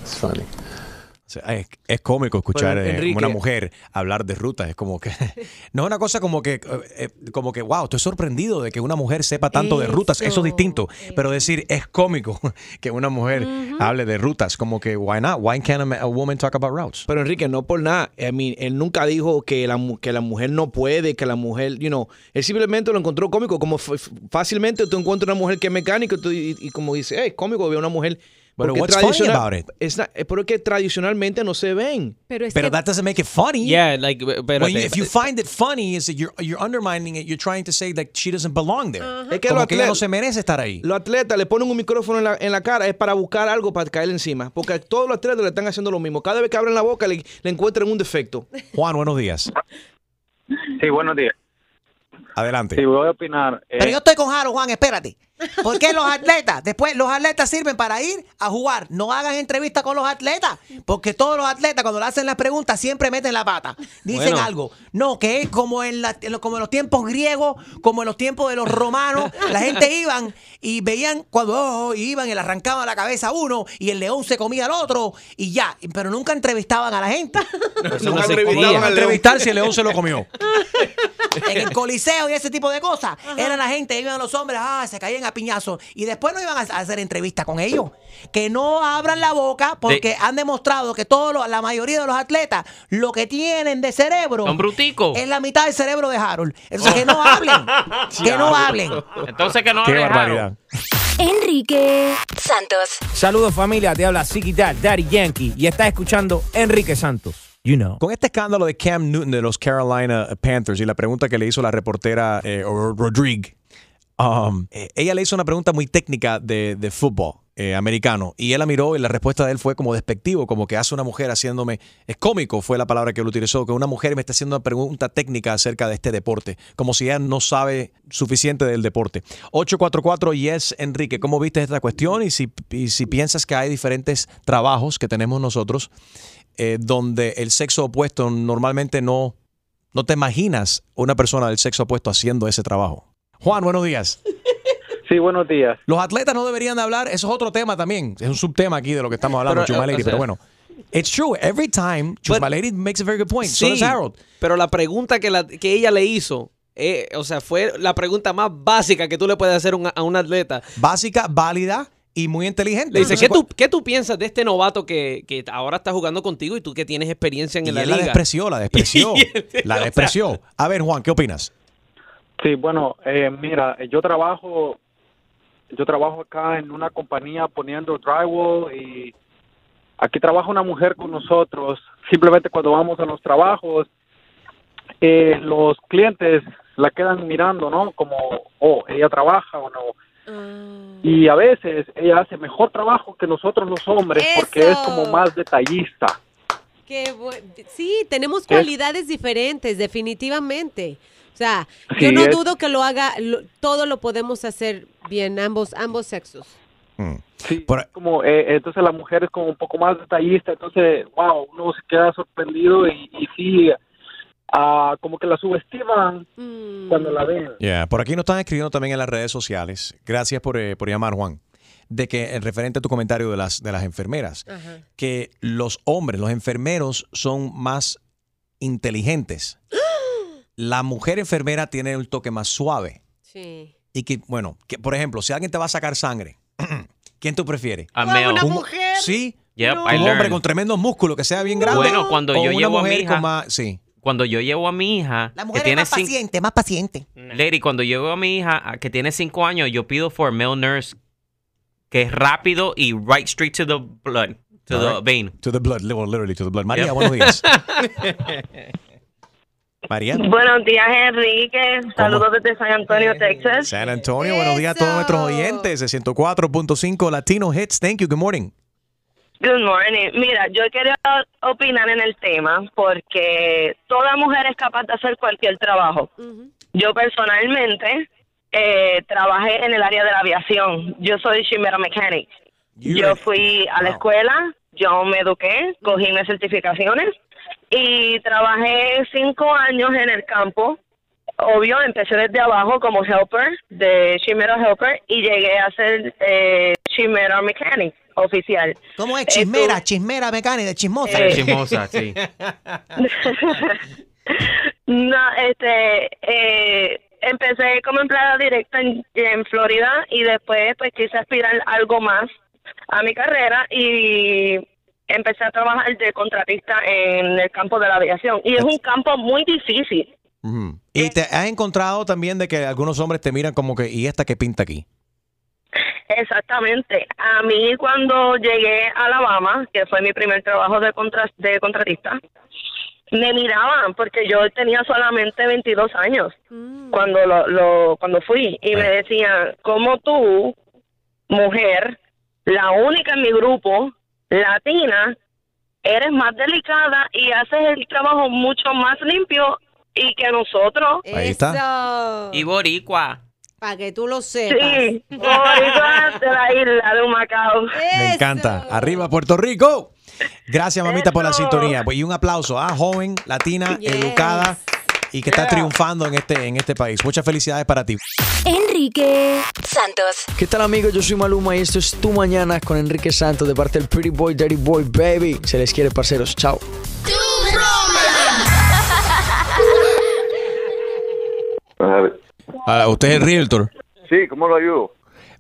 it's funny.
O sea, es, es cómico escuchar
Pero,
eh,
Enrique-
una mujer hablar de rutas. Es como que. No es una cosa como que. eh, eh, Como que, wow, estoy sorprendido de que una mujer sepa tanto de rutas. Eso es distinto. Pero decir, es cómico que una mujer hable de rutas. Como que, why not? Why can't a ma- a woman talk about routes?
Pero Enrique, no por nada. I mean, él nunca dijo que la, mu- que la mujer no puede, que la mujer, you know, él simplemente lo encontró cómico. Como f- f- fácilmente tú encuentras una mujer que es mecánica y tú- y, y como dice, hey, es cómico ver una mujer.
Pero
porque
what's funny
tradicional-
about it?
es na- es porque tradicionalmente no se ven.
Pero es
Pero that doesn't make it funny.
Yeah, like, b- pero
When you-
te-
if you find it funny, is that you're, you're undermining it. You're trying to say that she doesn't belong there.
Es que
Como
los
que ella no
atlet-
se merece estar ahí.
Los atletas le ponen un micrófono en la, en la cara, es para buscar algo para caer encima. Porque a todos los atletas le están haciendo lo mismo. Cada vez que abren la boca le, le encuentran un defecto.
Juan, buenos días.
Sí, buenos días.
Adelante.
Sí, voy a opinar. eh,
Pero yo estoy con Jaro, Juan, espérate. Porque los atletas, después los atletas sirven para ir a jugar. No hagan entrevistas con los atletas. Porque todos los atletas, cuando le hacen las preguntas, siempre meten la pata. Dicen
Bueno.
algo. No, que es como en, la- en lo- como en los tiempos griegos, como en los tiempos de los romanos. La gente iban y veían cuando oh, oh, y iban y le arrancaban la cabeza a uno y el león se comía al otro y ya. Pero nunca entrevistaban a la gente.
Eso no se
entrevistaban
podía
al león.
entrevistar si el león se lo comió.
en el coliseo y ese tipo de cosas. Eran la gente, iban los hombres, ah, se caían a piñazos. Y después no iban a a hacer entrevistas con ellos. Que no abran la boca porque han demostrado que todos los- la mayoría de los atletas lo que tienen de cerebro
Son bruticos. Oh.
es la mitad del cerebro de Harold. Entonces, que no hablen. que no hablen.
Entonces que no
Qué
hablen,
barbaridad.
Harold.
Enrique Santos.
Saludos familia, te habla Ziggy Dad, Daddy Yankee y estás escuchando Enrique Santos. You know.
Con este escándalo de Cam Newton de los Carolina Panthers y la pregunta que le hizo la reportera eh, Rodrigue, um, eh, ella le hizo una pregunta muy técnica de, de fútbol. eh, americano. Y él la miró y la respuesta de él fue como despectivo, como que hace una mujer haciéndome, es cómico fue la palabra que él utilizó, que una mujer me está haciendo una pregunta técnica acerca de este deporte, como si ella no sabe suficiente del deporte. 844 Yes Enrique, ¿cómo viste esta cuestión? Y si, y si piensas que hay diferentes trabajos que tenemos nosotros eh, donde el sexo opuesto normalmente no, no te imaginas una persona del sexo opuesto haciendo ese trabajo. Juan, buenos días.
Sí, buenos días.
Los atletas no deberían de hablar, eso es otro tema también, es un subtema aquí de lo que estamos hablando,
Pero,
Chumaleri,
o sea-
pero bueno. It's true, every time Chumaleri makes a very good point, so
Sí,
does Harold.
Pero la pregunta que, la, que ella le hizo, eh, o sea, fue la pregunta más básica que tú le puedes hacer un- a un atleta.
Básica, válida y muy inteligente.
Le dice,
Entonces, pues,
¿qué tú, ¿qué tú piensas de este novato que, que ahora está jugando contigo y tú que tienes experiencia en
Y
la
él la
liga?
despreció, la despreció,
Y él-
la
o sea-
despreció. A ver, Juan, ¿qué opinas?
Sí, bueno, eh, mira, yo trabajo, yo trabajo acá en una compañía poniendo drywall y aquí trabaja una mujer con nosotros. Simplemente cuando vamos a los trabajos, eh, los clientes la quedan mirando, ¿no? Como, oh, ella trabaja o no. Y a veces ella hace mejor trabajo que nosotros los hombres porque es como más detallista.
Qué buen- Sí, tenemos
Es-
cualidades diferentes, definitivamente. O sea, yo
Sí,
no
es-
dudo que lo haga, lo- todo lo podemos hacer bien, ambos, ambos sexos.
Sí, es como, eh, entonces la mujer es como un poco más detallista, entonces, wow, uno se queda sorprendido y, y sí, ah, como que la subestiman cuando la ven.
Yeah, Por aquí nos están escribiendo también en las redes sociales. Gracias por, eh, por llamar, Juan. De que, en referente a tu comentario de las, de las enfermeras,
Ah.
que los hombres, los enfermeros, son más inteligentes. La mujer enfermera tiene un toque más suave.
Sí.
Y que, bueno, que, por ejemplo, si alguien te va a sacar sangre, ¿quién tú prefieres?
A male. ¿Una
Un-
mujer?
Sí.
Yep, I
un hombre
learned.
con tremendos músculos, que sea bien grande.
Bueno, cuando
o
yo
una
llevo a mi
mujer con
hija-
más- sí.
Cuando yo llevo a mi hija,
La
que
mujer es
tiene
más
cinco,
paciente, más paciente.
Lady, cuando llevo a mi hija a- que tiene cinco años, yo pido for male nurse que es rápido y right straight to the blood, to
All
the
right.
vein.
To the blood, literally to the blood. María,
Yep.
buenos días. María.
Buenos días, Enrique. Saludos desde San Antonio, Texas.
San Antonio, buenos días a todos nuestros oyentes de 104.5 Latino Hits. Thank you, good morning.
Good morning. Mira, yo quería opinar en el tema porque toda mujer es capaz de hacer cualquier trabajo. Yo personalmente eh, trabajé en el área de la aviación. Yo soy chimera mechanic. yo fui a la escuela, yo me eduqué, cogí mis certificaciones y trabajé cinco años en el campo. Obvio, empecé desde abajo como helper, de chimera helper, y llegué a ser eh, chimera mechanic oficial. Eh,
¿Cómo es?
Estu-
Chismera, chismera mecánica, chismosa.
Eh, Chismosa,
sí.
No, este, eh, empecé como empleada directa en, en Florida y después pues quise aspirar algo más a mi carrera y empecé a trabajar de contratista en el campo de la aviación y es un campo muy difícil.
Ujú. Y te has encontrado también de que algunos hombres te miran como que, ¿y esta qué pinta aquí?
Exactamente. A mí cuando llegué a Alabama, que fue mi primer trabajo de, contra- de contratista, me miraban porque yo tenía solamente 22 años cuando lo, lo- cuando fui y me decían, "Como tú, mujer, la única en mi grupo latina, eres más delicada y haces el trabajo mucho más limpio y que nosotros."
Ahí
está.
Y boricua.
Para que tú lo sepas.
Sí, boricua de la isla de Humacao.
Me encanta. Arriba, Puerto Rico. Gracias, mamita, por la sintonía. Pues, Y un aplauso a joven, latina,
Yes.
educada y que está triunfando en este, en este país. Muchas felicidades para ti.
Enrique Santos.
¿Qué tal amigos? Yo soy Maluma y esto es Tu Mañana con Enrique Santos de parte del Pretty Boy, Dirty Boy, Baby. Se les quiere, parceros. Chao.
Ah, usted es el realtor.
Sí, ¿cómo lo ayudo?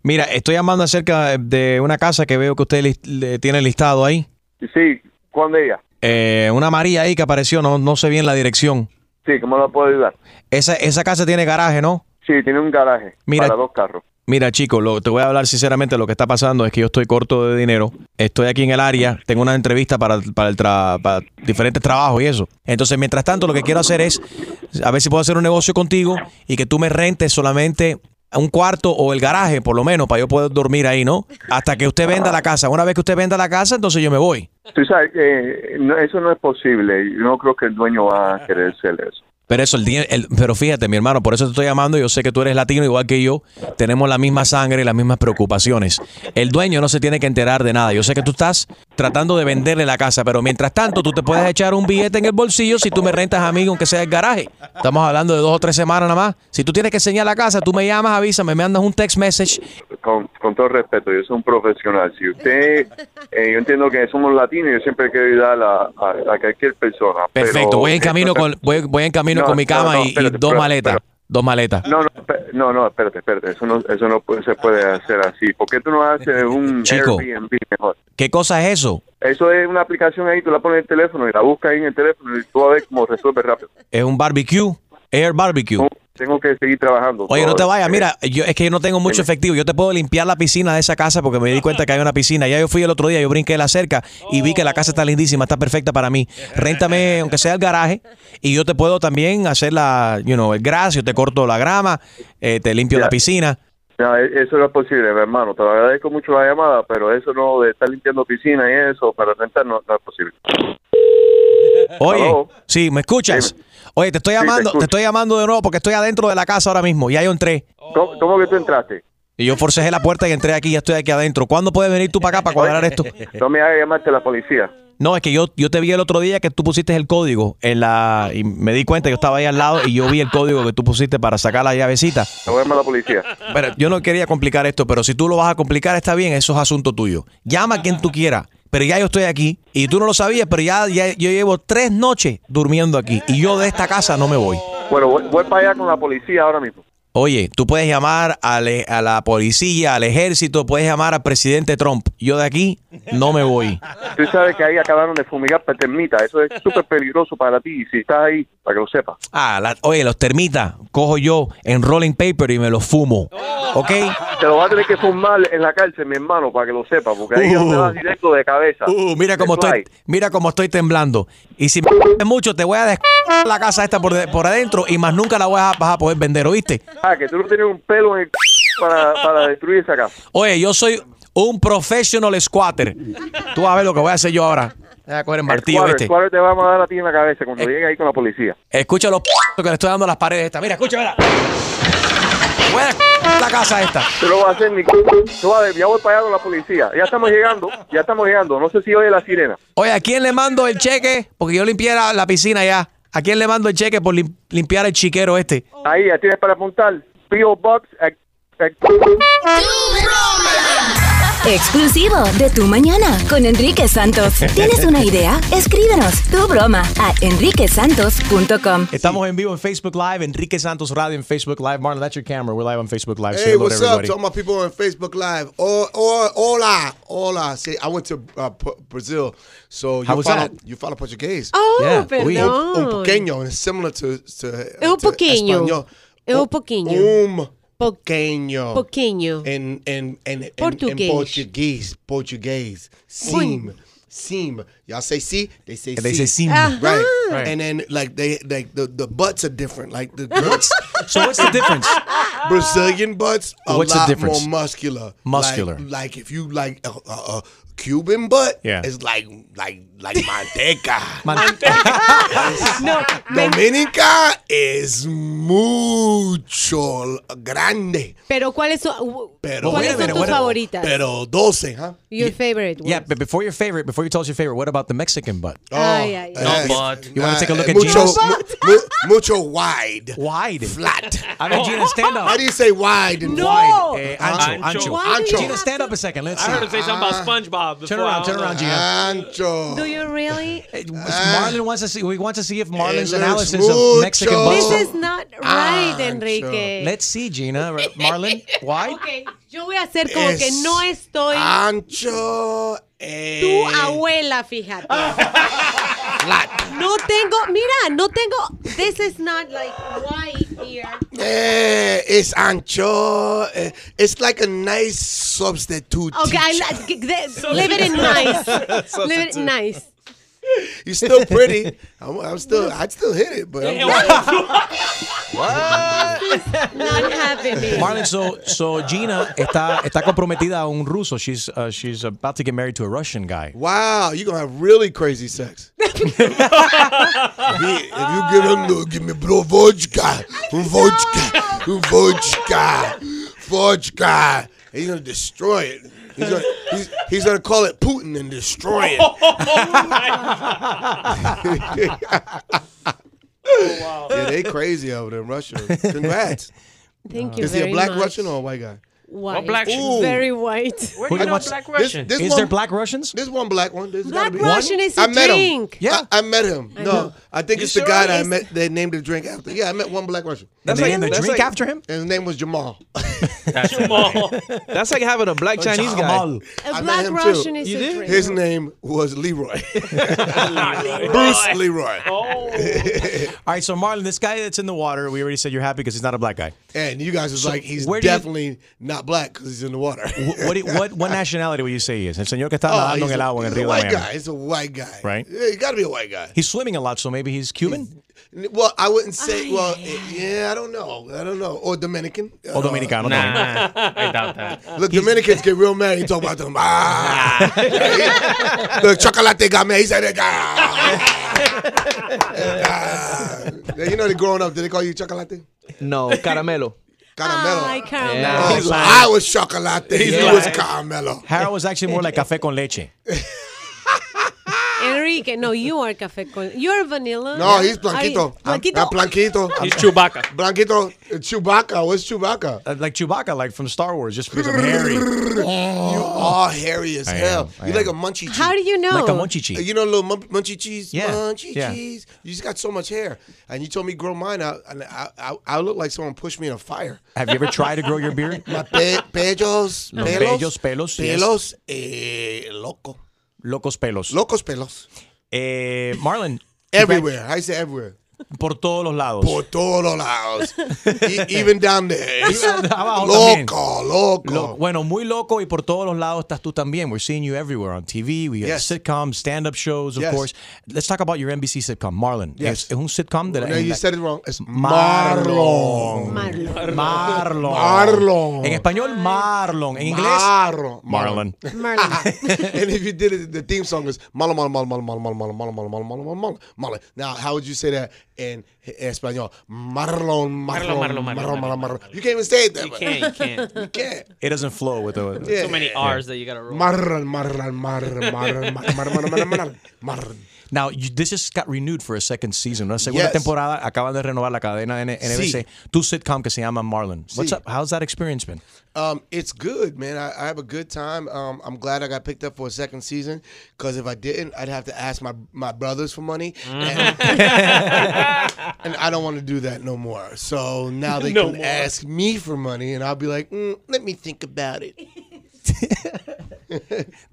Mira, estoy llamando acerca de una casa que veo que usted lis- le tiene listado ahí.
Sí, ¿cuándo ella?
Eh, una amarilla ahí que apareció, no, no sé bien la dirección.
Sí, ¿cómo la puedo ayudar?
Esa, esa casa tiene garaje, ¿no?
Sí, tiene un garaje
Mira.
para dos carros.
Mira, chico, lo- te voy a hablar sinceramente. Lo que está pasando es que yo estoy corto de dinero. Estoy aquí en el área. Tengo una entrevista para, para, el tra- para diferentes trabajos y eso. Entonces, mientras tanto, lo que quiero hacer es a ver si puedo hacer un negocio contigo y que tú me rentes solamente un cuarto o el garaje, por lo menos, para yo poder dormir ahí, ¿no? Hasta que usted venda la casa. Una vez que usted venda la casa, entonces yo me voy.
Tú sabes, eh, no, eso no es posible. Yo no creo que el dueño va a querer hacer eso.
Pero eso, el, día- el- pero fíjate, mi hermano, por eso te estoy llamando. Yo sé que tú eres latino igual que yo. Tenemos la misma sangre y las mismas preocupaciones. El dueño no se tiene que enterar de nada. Yo sé que tú estás tratando de venderle la casa, pero mientras tanto tú te puedes echar un billete en el bolsillo si tú me rentas a mí, aunque sea el garaje. Estamos hablando de dos o tres semanas nada más. Si tú tienes que enseñar la casa, tú me llamas, avísame, me mandas un text message.
Con, con todo respeto, yo soy un profesional. Si usted, eh, yo entiendo que somos latinos, yo siempre quiero ayudar a, a- a cualquier persona. pero-
Perfecto, voy en camino con, voy, voy en camino
No,
con mi
no,
cama
no,
y- y,
espérate,
dos
pero-
maletas. Dos maletas.
No, no, espe- no, no, espérate, espérate. Eso no, eso no puede- se puede hacer así. ¿Por qué tú no haces un
Chico.
Airbnb mejor?
¿Qué cosa es eso?
Eso es una aplicación ahí, tú la pones en el teléfono y la buscas ahí en el teléfono y tú vas a ver cómo resuelves rápido.
Es un barbecue, air barbecue.
Tengo que seguir trabajando.
Oye, no te
Por-
vayas, mira, yo, es que yo no tengo mucho efectivo. Yo te puedo limpiar la piscina de esa casa porque me di cuenta que hay una piscina. Ya yo fui el otro día, yo brinqué la cerca y vi que la casa está lindísima, está perfecta para mí. Réntame, aunque sea el garaje, y yo te puedo también hacer la, you know, el gras, yo te corto la grama, eh, te limpio la piscina.
No, e- eso no es posible, mi hermano. Te lo agradezco mucho la llamada, pero eso no de estar limpiando piscina y eso para rentar no, no es posible.
Oye, sí, ¿me escuchas? Oye, te estoy
Sí, te
llamando, te,
escucho.
estoy llamando de nuevo porque estoy adentro de la casa ahora mismo. Ya yo entré. Oh.
¿Cómo, cómo que tú entraste?
Y yo forcejé la puerta y entré aquí, ya estoy aquí adentro. ¿Cuándo puedes venir tú para acá para cuadrar esto?
No me hagas llamarte a la policía.
No, es que yo, yo te vi el otro día que tú pusiste el código en la y me di cuenta, yo estaba ahí al lado y yo vi el código que tú pusiste para sacar la llavecita.
No voy a llamar a la policía.
Pero yo no quería complicar esto, pero si tú lo vas a complicar está bien, eso es asunto tuyo. Llama a quien tú quieras, pero ya yo estoy aquí y tú no lo sabías, pero ya, ya yo llevo tres noches durmiendo aquí y yo de esta casa no me voy.
Bueno, voy, voy para allá con la policía ahora mismo.
Oye, tú puedes llamar a, le- a la policía, al ejército, puedes llamar al presidente Trump. Yo de aquí no me voy.
Tú sabes que ahí acabaron de fumigar pa- termitas. Eso es súper peligroso para ti. Si estás ahí, para que lo sepas.
Ah, la- oye, los termitas cojo yo en rolling paper y me los fumo. ¿Ok?
Te lo vas a tener que fumar en la cárcel, mi hermano, para que lo sepas, porque ahí
Uh.
no te vas directo de cabeza.
Uh, mira cómo
Eso
estoy,
hay.
mira cómo estoy temblando. Y si me mucho, te voy a des la casa esta por, de- por adentro y más nunca la voy a, vas a poder vender, ¿oíste?
Ah, que tú no tienes un pelo en el para, para destruir esa casa.
Oye, yo soy un professional squatter. Tú vas a ver lo que voy a hacer yo ahora. Voy a coger el martillo,
Squatter,
¿viste?
Squatter te vamos a dar a ti en la cabeza cuando llegue ahí con la policía.
Escucha los que le estoy dando a las paredes esta. Mira, escucha, mira. Voy a la casa esta.
Tú lo vas a hacer, mi Tú vas a ver, ya voy para allá con la policía. Ya estamos llegando, ya estamos llegando. No sé si oye la sirena.
Oye, ¿a quién le mando el cheque? Porque yo limpié la, la piscina ya. ¿A quién le mando el cheque por lim- limpiar el chiquero este?
Ahí, ya tienes para apuntar. P.O. Box. ac- ac-
Exclusivo de Tu Mañana con Enrique Santos. ¿Tienes una idea? Escríbenos tu broma a enriquesantos.com.
Estamos en vivo en Facebook Live, Enrique Santos Radio en Facebook Live. Marlon, that's your camera. We're live on Facebook Live. Say
Hey,
hello to
what's up
everybody.
to all my people on Facebook Live? Or, or, hola, hola. See, I went to uh, P- Brazil, so you
How was
follow
that?
you follow Portuguese.
Oh,
yeah.
perdón.
Un, un pequeño, and it's similar to to,
Eu
to
pequeño.
Espanol.
Eu pequeño.
Um pequeño.
Pequeño.
En en en en-
Português.
In Portuguese, Portuguese. Sim. Sim. Y'all say si, they say
They
si.
say sim.
Right.
Uh-huh. Right.
And then like they like the, the butts are different. Like the butts.
so what's the difference? Ah.
Brazilian butts a
What's the
lot
difference?
more muscular.
Muscular.
Like, like if you like a, a, a Cuban butt,
Yeah.
it's like like like manteca.
No,
Dominica is mucho grande.
Pero ¿cuáles son,
Pero
¿cuáles son tus favoritas?
Pero 12, huh?
uh, Your favorite one.
Yeah, but before your favorite, before you tell us your favorite, what about the Mexican butt?
Oh,
Ay, ay, ay.
No butt. You want to take a look at
eh, mucho,
Gina's?
mu- mu- mucho wide.
Wide.
Flat. Oh.
I mean, Gina, stand up.
How do you say wide and
No.
wide?
Eh, ancho,
Ancho.
ancho.
Why do you
Gina, stand up a second. Let's
I
see.
heard her say something about
SpongeBob. Ah.
Turn around, Oh, turn around, Gina.
Ancho.
Do you really?
Eh,
Marlon wants to see. We want to see if Marlon's
It looks
analysis
mucho.
of Mexican
This
butt.
is not right, Enrique.
Let's see, Gina. Marlon, wide.
Ok, yo voy a hacer como
Es
que no estoy.
Ancho. eh.
Tu abuela, fíjate. No tengo, mira, no tengo. This is not like white here.
Eh, it's ancho. Eh, it's like a nice substitute.
Okay, I
teacher.
like the- leave it in nice. Leave it nice.
You're still pretty. I'm, I'm still. I'd still hit it, but. I'm-
What? He's not having it.
Marlon, so, so Gina está, está comprometida a un ruso. She's, uh, she's about to get married to a Russian guy.
Wow, you're gonna have really crazy sex. if, he- if you give him, the- give me bro vodka, vodka, vodka, vodka. He's gonna destroy it. He's gonna, he's, he's gonna call it Putin and destroy it.
Oh
Yeah, they crazy over there in Russia. Congrats.
Thank you
Is he a
very
black
much.
Russian or a white guy?
White.
black- Ooh.
Very white.
Wait, what's- this- this
Is
one-
there black Russians?
There's one black one. There's
Black
gotta be
Russian is a
I met
drink.
Him. Yeah, I, I met him.
I know.
no, I think
You
it's
sure?
the guy that I
It's-
met. They named the drink after. Yeah, I met one black Russian.
That's They like- named the that's drink like- after
him. And his name was Jamal.
That's like having a black Chinese guy.
A
I met
black
him
Russian
too.
is a drink.
His name was Leroy. Bruce Leroy.
Oh.
All right, so Marlon, this guy that's in the water, we already said you're happy because he's not a black guy.
And you guys was
So
like, he's
where do you-
definitely not black because he's in the water.
Wh- What, do you- what, what nationality would you say he is? El señor que está
Oh,
nadando
he's
en el
a-
agua en el
he's a
río de
white
Miami.
guy. He's a white guy.
Right?
Yeah, he got to be a white guy.
He's swimming a lot, so maybe he's Cuban
Well, I wouldn't say. well, eh, yeah, I don't know. I don't know. Or Dominican.
or Dominicano.
Nah,
I doubt
that. Look, Dominicans get real mad. You talk about them. Ah, look, chocolate got me. He said, ah. you know, they growing up, did they call you chocolate?
No, caramelo.
Caramelo.
Ay, caramelo.
Oh,
He's
so
lying.
I was chocolate. He
He's
was
lying.
caramelo.
Harold was actually more like café con leche.
Enrique, no, you are café con. You're vanilla.
No, he's
Are
blanquito.
you- Blanquito.
Uh, blanquito. He's Chewbacca. Blanquito. It's Chewbacca. What's Chewbacca?
Uh, like Chewbacca, like from Star Wars, just because I'm hairy.
you are hairy as
Oh. I
hell.
am, I
you like a
am.
munchie cheese. Uh,
How do you know?
Like a munchie cheese.
You know, little mun- munchie cheese.
Yeah,
Munchie
yeah.
cheese. You just got so much hair, and you told me grow mine out, and I, I, I look like someone pushed me in a fire.
Have you ever tried to grow your beard?
My pe- pelos,
Los
pelos,
bellos pelos, yes.
pelos, eh, loco,
Locos pelos.
locos pelos,
Eh, Marlon.
everywhere. I say everywhere.
Por todos los lados.
Por todos lados. E- even down there.
Abajo también.
loco, loco.
Lo- bueno, muy loco y por todos los lados estás tú también. We're seeing you everywhere on TV. We have
Yes.
sitcoms, stand-up shows, of
Yes.
course. Let's talk about your NBC sitcom, Marlon.
Yes.
Es, es un sitcom de la-
No,
en
you
la-
said it wrong. It's
Marlon.
Marlon.
Marlon.
Marlon.
En español, Marlon. En inglés,
Marlon.
Marlon.
and if you did it, the theme song is Mala Mala Mala Mala Mala Mala Mala Mala Mala Mala Mala Mala Mala Mala. Now, how would you say that in Espanol? Marlon, Marlon, Marlon, Marlon, Marlon, Marlon. You can't even say it that way.
can't, you can't.
You can't.
It doesn't flow with the.
Yeah.
So many R's that you gotta roll.
Marlon, Marlon, Marlon, Marlon, Marlon, Marlon, Marlon, Marlon.
Now, you- this just got renewed for a second season. Una segunda
Yes.
temporada. Acaban de renovar la cadena N- NBC. Tu sitcom que se llama Marlon. What's
Sí.
up? How's that experience been?
Um, it's good, man. I, I have a good time. Um, I'm glad I got picked up for a second season because if I didn't, I'd have to ask my, my brothers for money,
Mm-hmm.
and, and I don't want to do that no more. So now they
No
can
more.
ask me for money, and I'll be like, mm, let me think about it.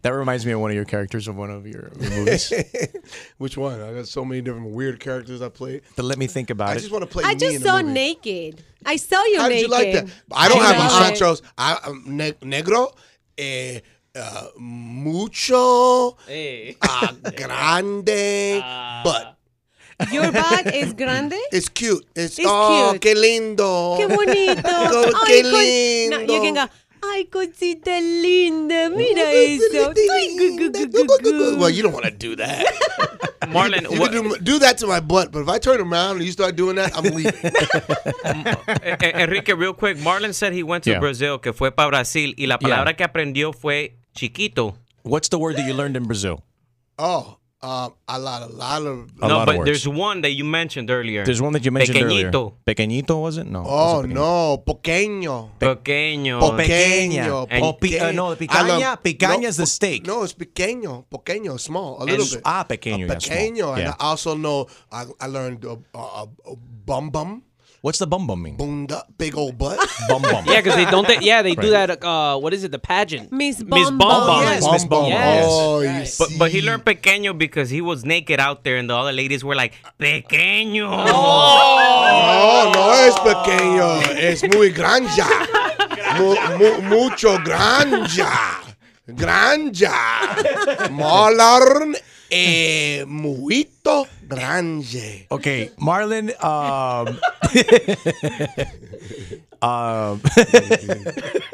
That reminds me of one of your characters of one of your movies.
Which one? I got so many different weird characters I played.
but let me think about
I
it.
just want to play.
I
me
just
in the
saw
movie.
naked. I saw you
How did you
naked.
like that? I don't
I
have
love it.
honchos. I, I'm ne- negro, eh, uh, mucho, uh, grande,
Ah.
but
Your butt is grande.
it's cute. It's,
It's
oh,
cute.
qué lindo.
Qué bonito.
Go-
Ay,
Oh. qué
cos- no, you can
lindo.
go, Ay, cosita linda. Mira eso. Ay, gu, gu, gu, gu, gu.
Well, you don't want to do that.
Marlon,
You
what-
can do, do that to my butt, but if I turn around and you start doing that, I'm leaving.
Eh, eh, Enrique, real quick, Marlon said he went to
Yeah.
Brazil, que fue para Brasil, y la
Yeah.
palabra que aprendió fue chiquito.
What's the word that you learned in Brazil?
oh, um, a lot, a lot of.
A
no,
lot
but
of words.
there's one that you mentioned earlier.
There's one that you mentioned
Pequeñito.
earlier. Pequeñito, was it? No. it
Oh
wasn't pequeñito.
no, pequeño.
Pequeño.
Pequeño.
Pequeña. O pi- uh, no, the
I love-
picanha. Picanha
no,
is the steak.
No, it's pequeño, pequeño, small, a
And
little
s-
bit.
ah, pequeño, yeah, small.
pequeño. And
Yeah.
I also know I, I learned uh, uh, uh, bum bum,
What's the bum bum mean?
bunda, big old butt.
Bum bum.
Yeah, because they don't. They, yeah, they do
Right.
that. Uh, what is it? The pageant.
Miss
Miss
Bom
Bomb
Bom.
Bomb.
Yes, Miss Bom Bom.
Yes.
Oh, you
But,
see.
but he learned pequeño because he was naked out there and the other ladies were like, pequeño.
No, no es pequeño, es muy granja. Mu- mu- mucho granja. Granja. Marlon Eh, mujito grande.
Ok, Marlon. um, um,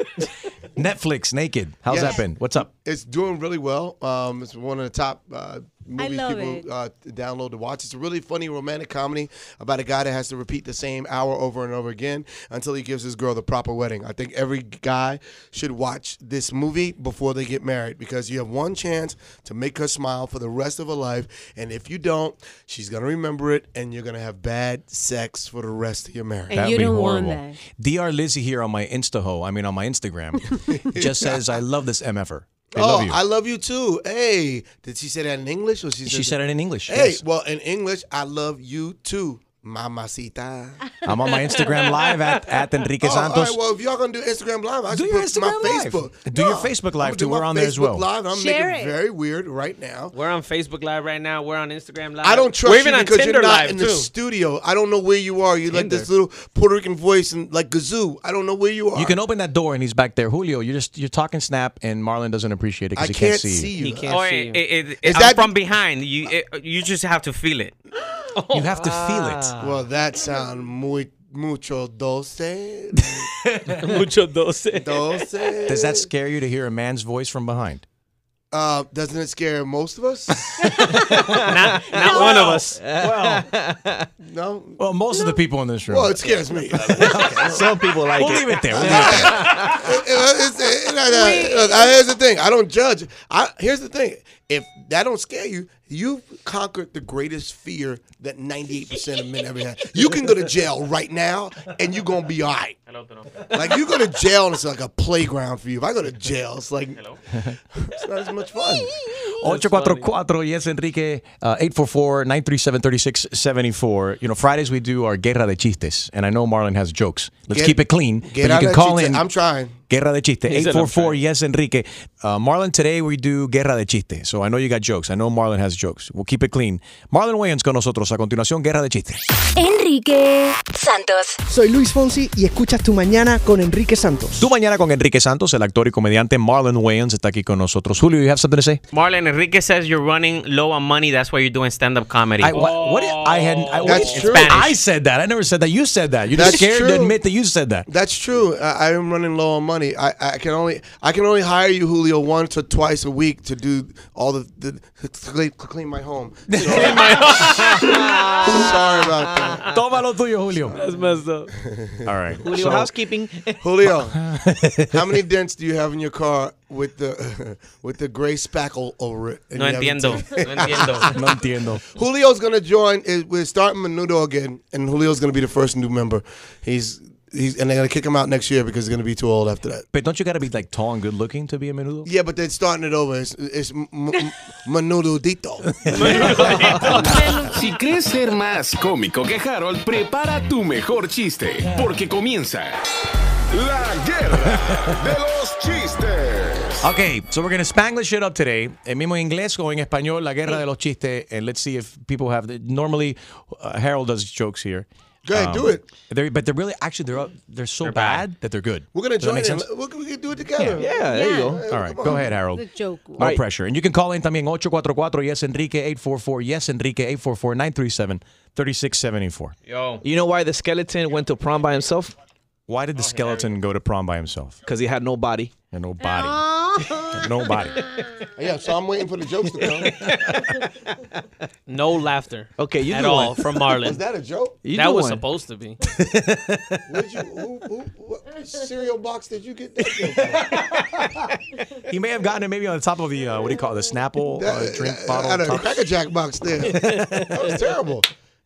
Netflix, Naked. How's
Yes.
that been? What's up?
It's doing really well. Um, it's one of the top uh, movies
love
people
it.
uh, download to watch. It's a really funny romantic comedy about a guy that has to repeat the same hour over and over again until he gives his girl the proper wedding. I think every guy should watch this movie before they get married because you have one chance to make her smile for the rest of her life, and if you don't, she's gonna remember it, and you're gonna have bad sex for the rest of your marriage.
And you don't want that.
Dr. Lizzie here on my InstaHo, I mean on my Instagram, just says, I love this MFer. I
oh,
love you.
I love you too. Hey, did she say that in English or she?
She said it in English,
Hey,
yes.
well, in English, I love you too, mamacita.
I'm on my Instagram Live at- at Enrique
Oh, all right,
Santos.
well, if y'all gonna do Instagram Live, I
Do
should
your
put
Instagram
my
Live.
Facebook.
Do your Facebook Live,
I'ma do
too. We're
my
on there as
Facebook
well.
Live. I'm
Share
making
it.
very weird right now.
We're on Facebook Live right now. We're on Instagram Live.
I don't trust
We're even
you
on
because
Tinder
you're not
Live
in
too.
the studio. I don't know where you are. You like
Tinder.
this little Puerto Rican voice and like Gazoo. I don't know where you are.
You can open that door and he's back there. Julio, you're just you're talking snap and Marlon doesn't appreciate it
I
because he can't,
can't
see,
see you. He can't
Oh,
see
it-
you.
it- it-
Is
I'm
that-
from behind. You it- you just have to feel it.
you have to feel it.
Well, that sound muy mucho doce.
Mucho doce.
Doce.
Does that scare you to hear a man's voice from behind?
Uh, doesn't it scare most of us?
not one of us. Well,
Um, no.
Well, most of the people in this room.
Well, it scares me.
Some people like we'll
it.
Leave it there. We'll leave it there.
It's- it- it- it- look, I- Here's the thing. I don't judge. I, here's the thing. If that don't scare you, you've conquered the greatest fear that 98% of men ever had. You can go to jail right now, and you're gonna be all right. Like you go to jail, and it's like a playground for you. If I go to jail, it's like it's not as much fun.
844 yes Enrique uh, 844-937-3674. You know, Fridays we do our Guerra de Chistes and I know Marlon has jokes. Let's
Get-
keep it clean.
get
But you
out
can
of
call
chiste.
in
I'm trying.
Guerra de Chiste
He said I'm
844 yes Enrique. Uh, Marlon today we do Guerra de Chiste. So I know you got jokes. I know Marlon has jokes. We'll keep it clean. Marlon Wayans con nosotros a continuación Guerra de Chiste.
Enrique Santos.
Soy Luis Fonsi y escuchas tu mañana con Enrique Santos.
Tú mañana con Enrique Santos, el actor y comediante Marlon Wayans está aquí con nosotros. Julio, you have something to say?
Marlon Enrique says you're running low on money. That's why you're doing stand up comedy.
I, what, what I had
Oh.
I,
That's
what-
true.
I said that. I never said that. You said that. You're just
That's
scared to
true.
admit that you said that.
That's true. I, I am running low on money. I, I can only I can only hire you, Julio, once or twice a week to do all the, the to clean, to clean my home. So- Sorry about that.
Toma lo tuyo, Julio.
That's messed up.
All right.
Julio, housekeeping. Julio, how many dents do you have in your car with the with the gray spackle over it? And
No
you haven't
entiendo.
taken-
No entiendo.
No entiendo.
Julio's gonna join. is- We're starting Menudo again, and Julio's gonna be the first new member. He's he's and they're gonna kick him out next year because he's gonna be too old after that.
But don't you got to be like tall and good looking to be a menudo?
Yeah, but they're starting it over. It's, it's m- m- Menududito.
Si crees ser más cómico que Harold, prepara tu mejor chiste, porque comienza la guerra de los chistes.
Okay, so we're going to Spanglish it up today. El mismo inglés o en español, la guerra de los chistes. And let's see if people have. The, normally, uh, Harold does jokes here. Um,
Go ahead, do it.
They're, but they're really, actually, they're, up, they're so bad, that they're good.
We're gonna
Does that
join
make
him.
sense?
We're, we can do it together.
All right, go ahead, Harold.
The joke
No
one.
pressure. And you can call in también 844-YES-ENRIQUE, 844-YES-ENRIQUE, 844-937-3674.
Yo.
You know why the skeleton went to prom by himself?
Why did the skeleton go to prom by himself?
Because he had no body.
And no body. No body.
Yeah, so I'm waiting for the jokes to come.
No laughter.
Okay, you
at
do
all
one.
from Marlon.
Was that a joke?
You
do
that was
one.
supposed to be.
Where'd you, who, who, what cereal box did you get that joke from?
He may have gotten it maybe on the top of the, uh, what do you call it, the Snapple uh, drink bottle.
Out of a
top.
Cracker Jack box there. That was terrible.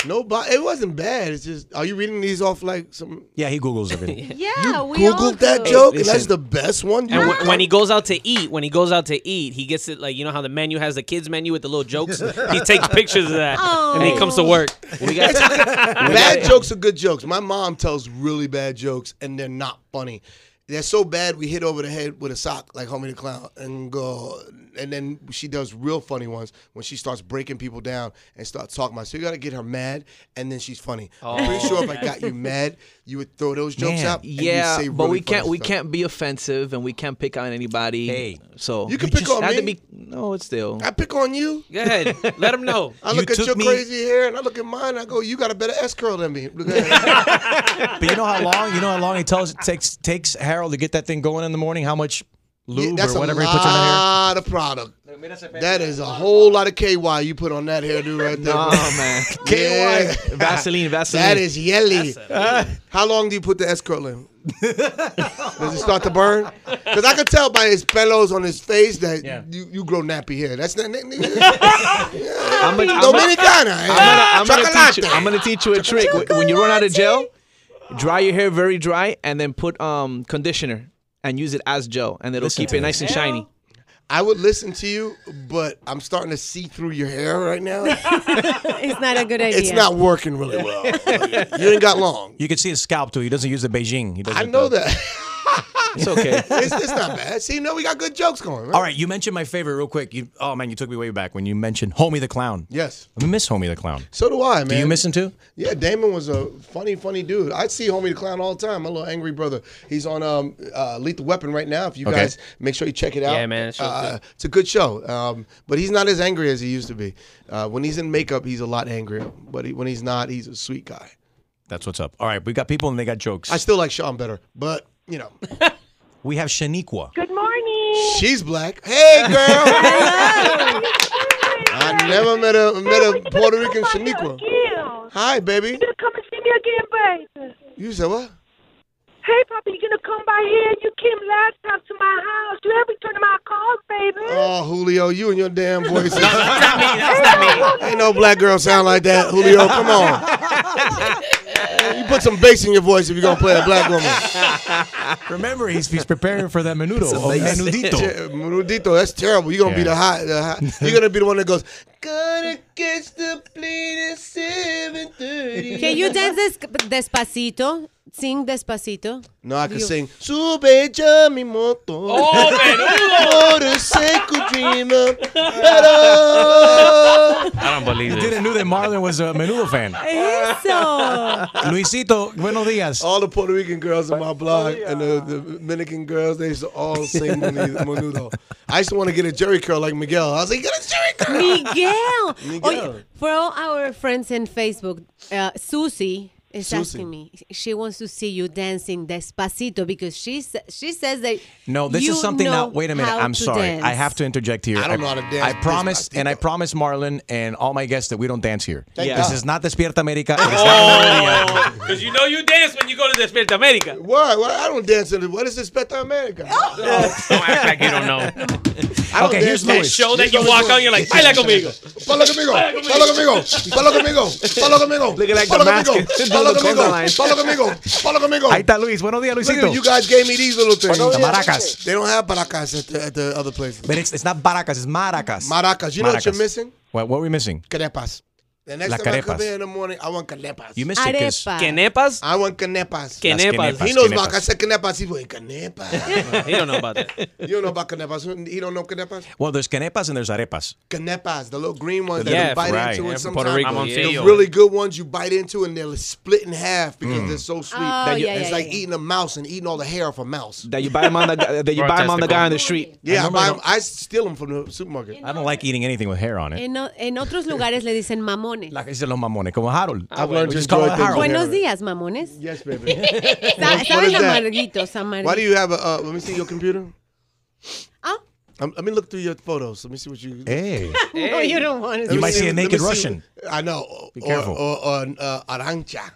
No, bo- it wasn't bad. It's just, are you reading these off like some?
Yeah, he Googles everything.
Yeah, we all
Googled that
do.
joke.
Hey,
and that's
listen.
the best one.
And wh- when he goes out to eat, when he goes out to eat, he gets it like you know how the menu has the kids menu with the little jokes. he takes pictures of that, and
Oh.
he comes to work.
We got bad jokes are good jokes. My mom tells really bad jokes, and they're not funny. They're so bad we hit over the head with a sock, like Homie the Clown, and go. And then she does real funny ones when she starts breaking people down and starts talking about. So you gotta get her mad, and then she's funny. I'm pretty
Oh.
sure if I got you mad, you would throw those jokes out. and you'd
yeah,
say
but
really
we
funny
can't we
stuff.
can't be offensive and we can't pick on anybody. Hey, so
You can pick on
not to
me.
be- no, it's still.
I pick on you.
Go ahead. Let 'em know.
I
You
look at
took
your
me-
crazy hair and I look at mine. I go, you got a better S curl than me. Look at
But you know how long? You know how long it tells, takes takes Harold to get that thing going in the morning? How much lube
that's
or whatever
a
he puts on the hair?
lot of product. That is a whole lot of KY you put on that hairdo right there.
Nah, man.
Yeah.
KY. Vaseline, Vaseline.
That is yelly. How long do you put the S curl in? Does it start to burn? Because I could tell by his pelos on his face that you, you grow nappy hair. That's not.
I'm gonna- I'm gonna-
Dominicana. eh?
I'm gonna- I'm gonna teach you-
Chocolate.
I'm gonna teach you a trick. When- When you run out of gel, dry your hair very dry and then put um conditioner and use it as gel, and it'll keep it nice and shiny.
I would listen to you, but I'm starting to see through your hair right now.
it's not a good idea.
It's not working really well. you ain't got long.
You can see his scalp too. He doesn't use the Beijing. He does
I
it,
know
uh,
that.
It's okay.
it's, it's not bad. See, no, we got good jokes going.
All right, you mentioned my favorite real quick. You, oh man, you took me way back when you mentioned Homie the Clown.
Yes.
I miss Homie the Clown.
So do I, man.
Do you miss him too?
Yeah, Damon was a funny, funny dude. I see Homie the Clown all the time. My little angry brother. He's on um, uh, Lethal Weapon right now. If you
Okay.
guys make sure you check it out.
Yeah, man, that show's
Uh,
good.
it's a good show. Um, but he's not as angry as he used to be. Uh, when he's in makeup, he's a lot angrier. But he, when he's not, he's a sweet guy.
That's what's up. All right, we got people and they got jokes.
I still like Sean better, but you know.
We have Shaniqua.
Good morning. She's black. Hey, girl. I never met a met a Puerto Rican Shaniqua. Hi, baby. You
gonna come and see me again,
pues.
baby?
You said what?
Hey, Papa, you gonna come by here? You came last time to my house. You haven't returned my calls, baby.
Oh, Julio, you and your damn voice.
not me,
That's not me. Ain't no black girl sound like that, Julio. Come on. You put some bass in your voice if you're gonna play a black woman.
Remember, he's, he's preparing for that menudo.
Some
o
bass.
menudito.
Che- Menudito, that's terrible. You're gonna be
Yeah.
the hot, the hot. You're gonna be the one that goes.
Gonna catch the plane at 7:30.
Can you dance des- despacito? Sing despacito.
No, I can
You-
sing. Sube ya mi moto.
Oh, menudo.
Motorcycle dreamer. Hello.
I don't believe
You
it.
didn't know that Marlon was a menudo fan.
Eso.
Luisito, buenos días.
All the Puerto Rican girls in my blog and the, the Dominican girls, they used to all sing menu- menudo. I used to want to get a jerry curl like Miguel. I was like, get a jerry curl.
Miguel.
Miguel.
Oye, for all our friends in Facebook, uh, Susie is
Susie.
asking me. She wants to see you dancing despacito because she sa- she says that.
No, this
you
is something
know
now. Wait a minute.
how
I'm
to
sorry.
dance.
I have to interject here.
I don't know how to dance
I promise, and I promise Marlon and all my guests that we don't dance here.
Thank
This
God. Oh.
is not Despierta America. It is not Melodia.
Oh, because you know you dance when you go to Despierta America.
Why? Why? I don't dance in the. What is Oh. this, Better America?
Don't act like you don't know.
I don't
Okay,
dance
here's
to it.
Luis. Ah, este Show that
Here's
you
Luis
walk
Suárez.
on, you're like, "Baila conmigo.
Baila conmigo. Baila conmigo. Baila conmigo. Baila conmigo.
Look at that
Baila
Damascus.
conmigo.
Doing
Baila
the
conmigo.
conga line.
Baila conmigo. Baila conmigo.
Ahí está Luis. Buenos días,
Look at
Luisito.
You guys gave me these little things.
The maracas.
They don't have maracas at the, at the other places.
But it's, it's not baracas, it's maracas.
Maracas. You know what you're missing?
What, what are we missing?
Crepas. The next
Las
time I come
carepas.
here in the morning, I want canepas.
You missed it, 'cause- Arepa.
Canepas? I want
Canepas.
canepas.
canepas,
He knows
canepas.
about I said canepas. He's going, canepas.
He don't know about that.
You don't know about canepas. He don't know canepas?
Well, there's canepas and there's arepas.
Canepas, the little green ones
The
that
little-
you bite
right.
into
Yeah,
and
from Puerto
sometimes
Rico,
the
yeah.
really good ones you bite into and they're split in half because
Mm.
they're so sweet.
Oh, That you- yeah,
it's
yeah,
like eating a mouse and eating all the hair off a mouse.
That you buy them on the guy- that you
Or a
buy them on the
testicle.
guy on the street.
Yeah, I,
normally
buy 'em-
don't-
I steal them from the supermarket.
I don't like eating anything with hair on it.
En, o- en otros lugares le dicen mamones.
Like dicen los mamones, como Harold.
I've learned
We
to
just call
enjoy
it
things
Harold.
Eh. Buenos días, mamones.
Yes, baby.
Sa-
What
Saben
is that?
amarguitos, amarguitos.
Why do you have a? Uh, let me see your computer. Um, let me look through your photos. Let me see what you.
Hey.
No, you don't want to
Let me
see
see-
see a
let me
naked
see-
Russian.
I know.
Be
or,
careful.
Or, or, uh, Arancha.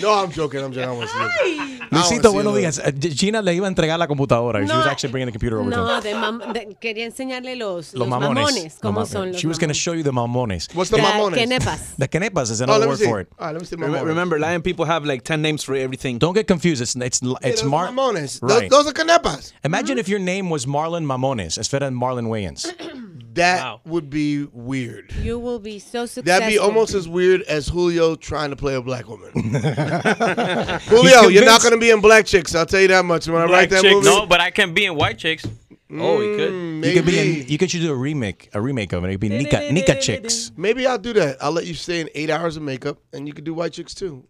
no, I'm joking. I'm joking. I want to see it. I wanna see
Luisito, buenos
it.
días. Eh, Gina le iba a entregar la computadora. She
No,
was actually bringing the computer over to
No,
him.
de mam- de- quería enseñarle los,
Los mamones.
mamones.
Los
¿Cómo
mamones.
son los
She was going to show you the mamones.
What's
the The mamones? quenepas.
The quenepas is another word for it.
All right, let me see.
Remember, remember, Latin people have like ten names for everything.
Don't get confused. It's it's it's
those
Mar-
mamones. Those-
Right.
those are canepas.
Imagine if your name was Marlon Mamones instead of Marlon Wayans.
That would be weird.
You will be so successful.
That'd be almost as weird as Julio trying to play a black woman.
He's
Julio, you're not
convinced.
going to be in black chicks. I'll tell you that much. When I write that movie,
No, but I can be in white chicks.
Oh, he could.
You could be in, you could should do a remake, a remake of it. It could be Nika, Nika Chicks.
Maybe I'll do that. I'll let you stay in eight hours of makeup, and you can do white chicks too.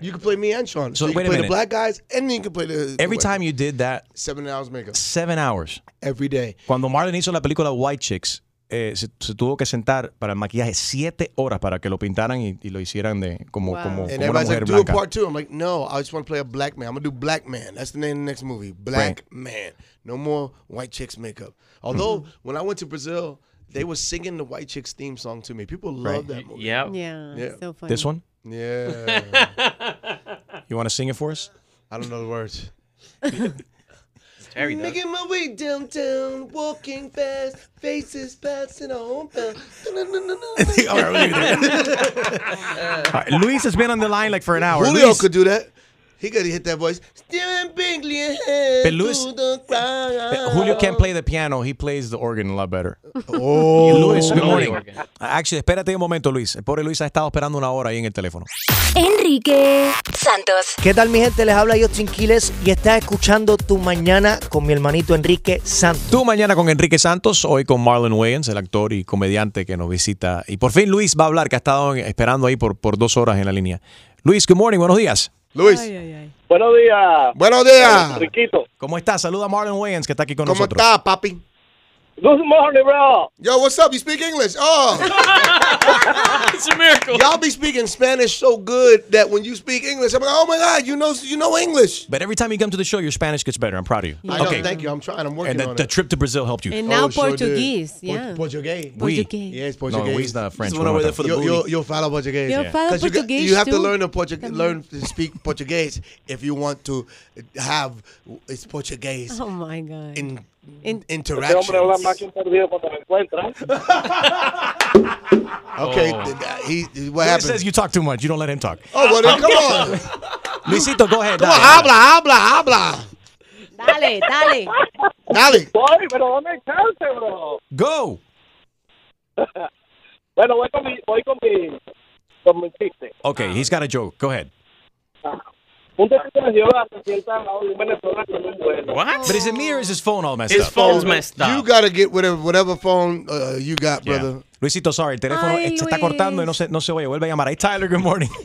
You,
can play me and Sean.
So
So, you
wait
can
a
play the
minute.
black guys, and then you can play the.
Every
the white
time you did that,
seven hours makeup.
seven hours
every day.
Cuando Marlon hizo la película White Chicks, eh, se, se tuvo que sentar para el maquillaje siete horas para que lo pintaran y, y lo hicieran de como
Wow.
como, como
and
una
everybody's
mujer
like, do a
blanca.
part two. I'm like, no, I just want to play a black man. I'm gonna do black man. That's the name of the next movie, black man. No more white chicks makeup. Although
Mm-hmm.
when I went to Brazil, they were singing the white chicks theme song to me. People love that movie.
Yeah.
Yeah, it's so funny.
This one?
Yeah.
You want to sing it for us?
I don't know the words.
Terry does.
Making my way downtown, walking fast, faces passing on past.
All right, we'll leave All right, Luis has been on the line like for an hour.
Julio
Luis,
could do that. He could hit that voice. Staring bigly ahead
But Luis-
through the crowd.
Julio can't play the piano. He plays the organ a lot better.
Oh.
Luis, good
No,
morning.
the organ.
Actually, espérate un momento, Luis. El pobre Luis ha estado esperando una hora ahí en el teléfono.
Enrique Santos.
¿Qué tal mi gente? Les habla Justin Quiles y está escuchando Tu Mañana con mi hermanito Enrique Santos.
Tú mañana con Enrique Santos, hoy con Marlon Wayans, el actor y comediante que nos visita. Y por fin Luis va a hablar, que ha estado en- esperando ahí por, por dos horas en la línea. Luis, good morning, buenos días.
Luis.
Buenos días.
Buenos días.
Riquito.
¿Cómo estás? Saluda a Marlon Wayans, que está aquí con
¿Cómo
nosotros.
está, papi?
Good morning, bro.
Yo, what's up? You speak English? Oh.
it's a miracle.
Y'all be speaking Spanish so good that when you speak English, I'm like, oh my God, you know you know English.
But every time you come to the show, your Spanish gets better. I'm proud of you.
I know, thank you. I'm trying. I'm working
And the,
on
the
it.
trip to Brazil helped you.
And now
Oh, sure did.
Portuguese,
Por-
yeah.
Portuguese.
Oui.
Portuguese.
Yes, Portuguese.
No, we's not French.
This
We're not that.
yo, yo, yo falo Portuguese.
Yo falo
'Cause you got-
Portuguese
You, have to
too.
learn to Portu- learn to speak Portuguese if you want to have it's Portuguese
Oh my God.
in,
In-
Este hombre habla más
interactions.
que un perdido cuando lo encuentran.
Okay, th- th- he what
Oh. Luis
happened?
says you talk too much. You don't let him talk.
Oh, well, then come on.
Luisito, go ahead.
Come on,
dale.
habla, habla, habla.
Dale, dale.
Dale.
Voy, pero dame chance, bro.
Go.
bueno, voy con mi, voy con mi, con mi chiste.
Okay, he's got a joke. Go ahead.
Un testigo de Jehová se sienta al lado de un venezolano en un vuelo.
But is it me or is his phone all messed
His
up?
phone's
messed up. Oh, You gotta get whatever whatever phone uh, you got,
Yeah.
brother.
Luisito, sorry, el teléfono eh,
Ay,
se está
Luis.
cortando y no se, no se oye. Vuelve a llamar. Hey, Tyler, good morning.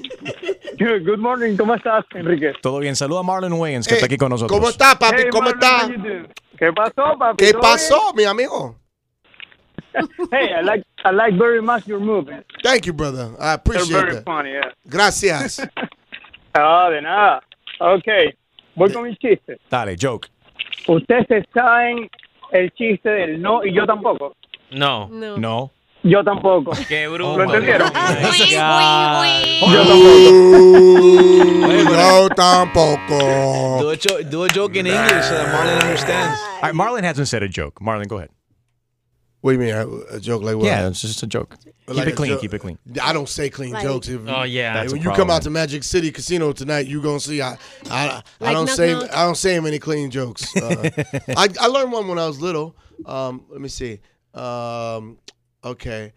Good morning, ¿cómo estás, Enrique?
Todo bien. Saluda a Marlon Wayans, que está aquí con nosotros.
Eh, ¿Cómo está, papi?
Hey,
¿Cómo
Marlon,
está?
how you doing? ¿Qué pasó, papi?
¿Qué
¿Todo
pasó, mi amigo?
bien? hey, I like, I like very much your movie.
Thank you, brother. I appreciate
very
that.
funny, yeah.
Gracias.
Ah, de nada. Okay, voy con mi chiste.
Dale, joke.
Ustedes se saben el chiste del no y yo tampoco.
No.
No.
No. Oh,
Yo tampoco.
Qué bruto.
¿Lo entendieron?
no tampoco.
Do a, jo- do a joke in English so that Marlon understands.
All right, Marlon hasn't said a joke. Marlon, go ahead.
What do you mean? A, a joke like what?
Yeah, it's just a joke. Keep
Like
it
a
clean.
jo-
Keep it clean.
I don't say clean
Like-
jokes. If
Oh, yeah. That's a
when you come
problem.
out to Magic City Casino tonight, you gonna see I I, I
Like
don't
knock
say
knock?
I don't say many clean jokes. Uh, I I learned one when I was little. Um, let me see. Um, okay.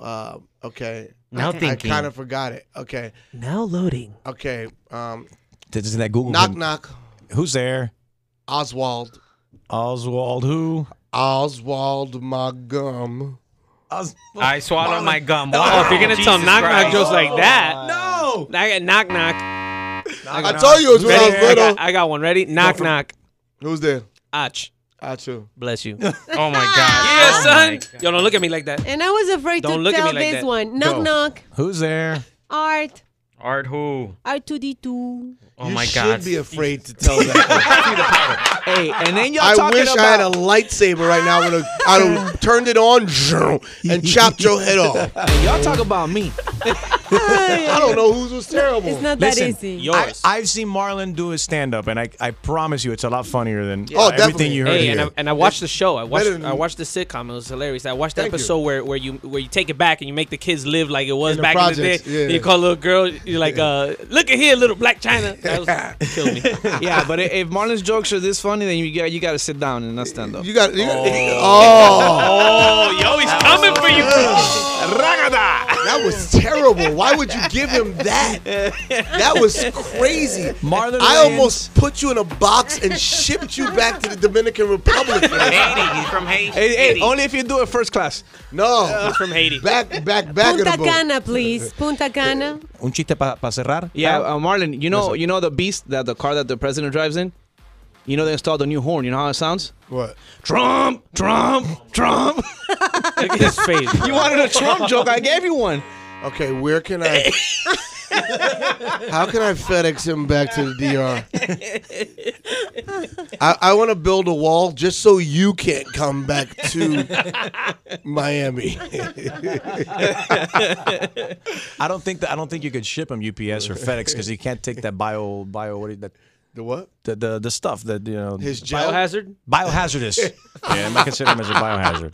Uh, okay.
Now
I,
thinking.
I kind of forgot it. Okay.
Now loading.
Okay. Um,
This is that Google.
knock knock.
Who's there?
Oswald.
Oswald who?
Oswald my gum.
I swallowed my gum. Wow.
Oh, if you're gonna tell
Jesus
knock knock
Christ.
jokes like that,
no,
I got knock knock.
I told you it was when I
Ready?
was little.
got, I got one. Ready? Knock knock.
Who's there?
Ach.
Achu.
Bless you.
oh my god.
Yeah,
Oh my
son. Yo, don't look at me like that.
And I was afraid
Don't
to
look at
tell
me like
this
that.
one. Knock
Go.
knock.
Who's there?
Art.
Art who?
R2D2.
Oh
you
my
should
god.
be afraid to tell that.
hey, and then
y'all
I
talking
wish I had a lightsaber right now. Would have I'd have turned it on and chopped your head off.
Hey, y'all talk about me.
I don't know whose was terrible.
Listen, I, have seen Marlon do his stand up, and I, I promise you, it's a lot funnier than
Yeah.
everything you heard.
Hey, and,
here.
I, and I watched the show. I watched.
Oh, better than-
I watched the sitcom. It was hilarious. I watched the
Thank you.
episode where, where you where you take it back and you make the kids live like it was
In the
back
projects,
in the day.
yeah.
You call a little girl. You're like, uh, look at here, little black China. That was killing me.
yeah, but i- if Marlon's jokes are this funny, then you got you got to sit down and not stand up. You
got. You
oh. yo, he's coming for you.
Ragada. That was terrible. Why would you give him that? That was crazy.
Marlon
I
Wayans.
almost put you in a box and shipped you back to the Dominican Republic.
Haiti. He's from Haiti.
Hey, hey, only if you do it first class.
No.
He's from Haiti.
Back, back,
Punta Cana, please. Punta Cana.
Un chiste para cerrar.
Yeah, uh, Marlon, you know you know the beast that the car that the president drives in. You know they installed a new horn. You know how it sounds?
What?
Trump, Trump, Trump.
Look at his face.
You wanted a Trump joke? I gave you one.
Okay, where can I? How can I FedEx him back to the DR? I, I want to build a wall just so you can't come back to Miami.
I don't think that I don't think you could ship him UPS or FedEx because you can't take that bio bio what is that
the what
the the, the stuff that you know
his
gel? Biohazard?
biohazardous. yeah, I might consider him as a biohazard.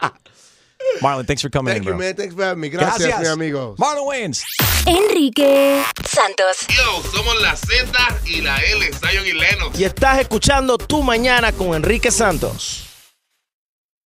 Marlon, thanks for coming
Thank
in,
you,
bro.
man. Thanks for having me. Gracias,
Gracias.
mi amigos.
Marlon Wayans.
Enrique Santos.
Yo, somos la Z y la L, Zion y Lennox.
Y estás escuchando Tu Mañana con Enrique Santos.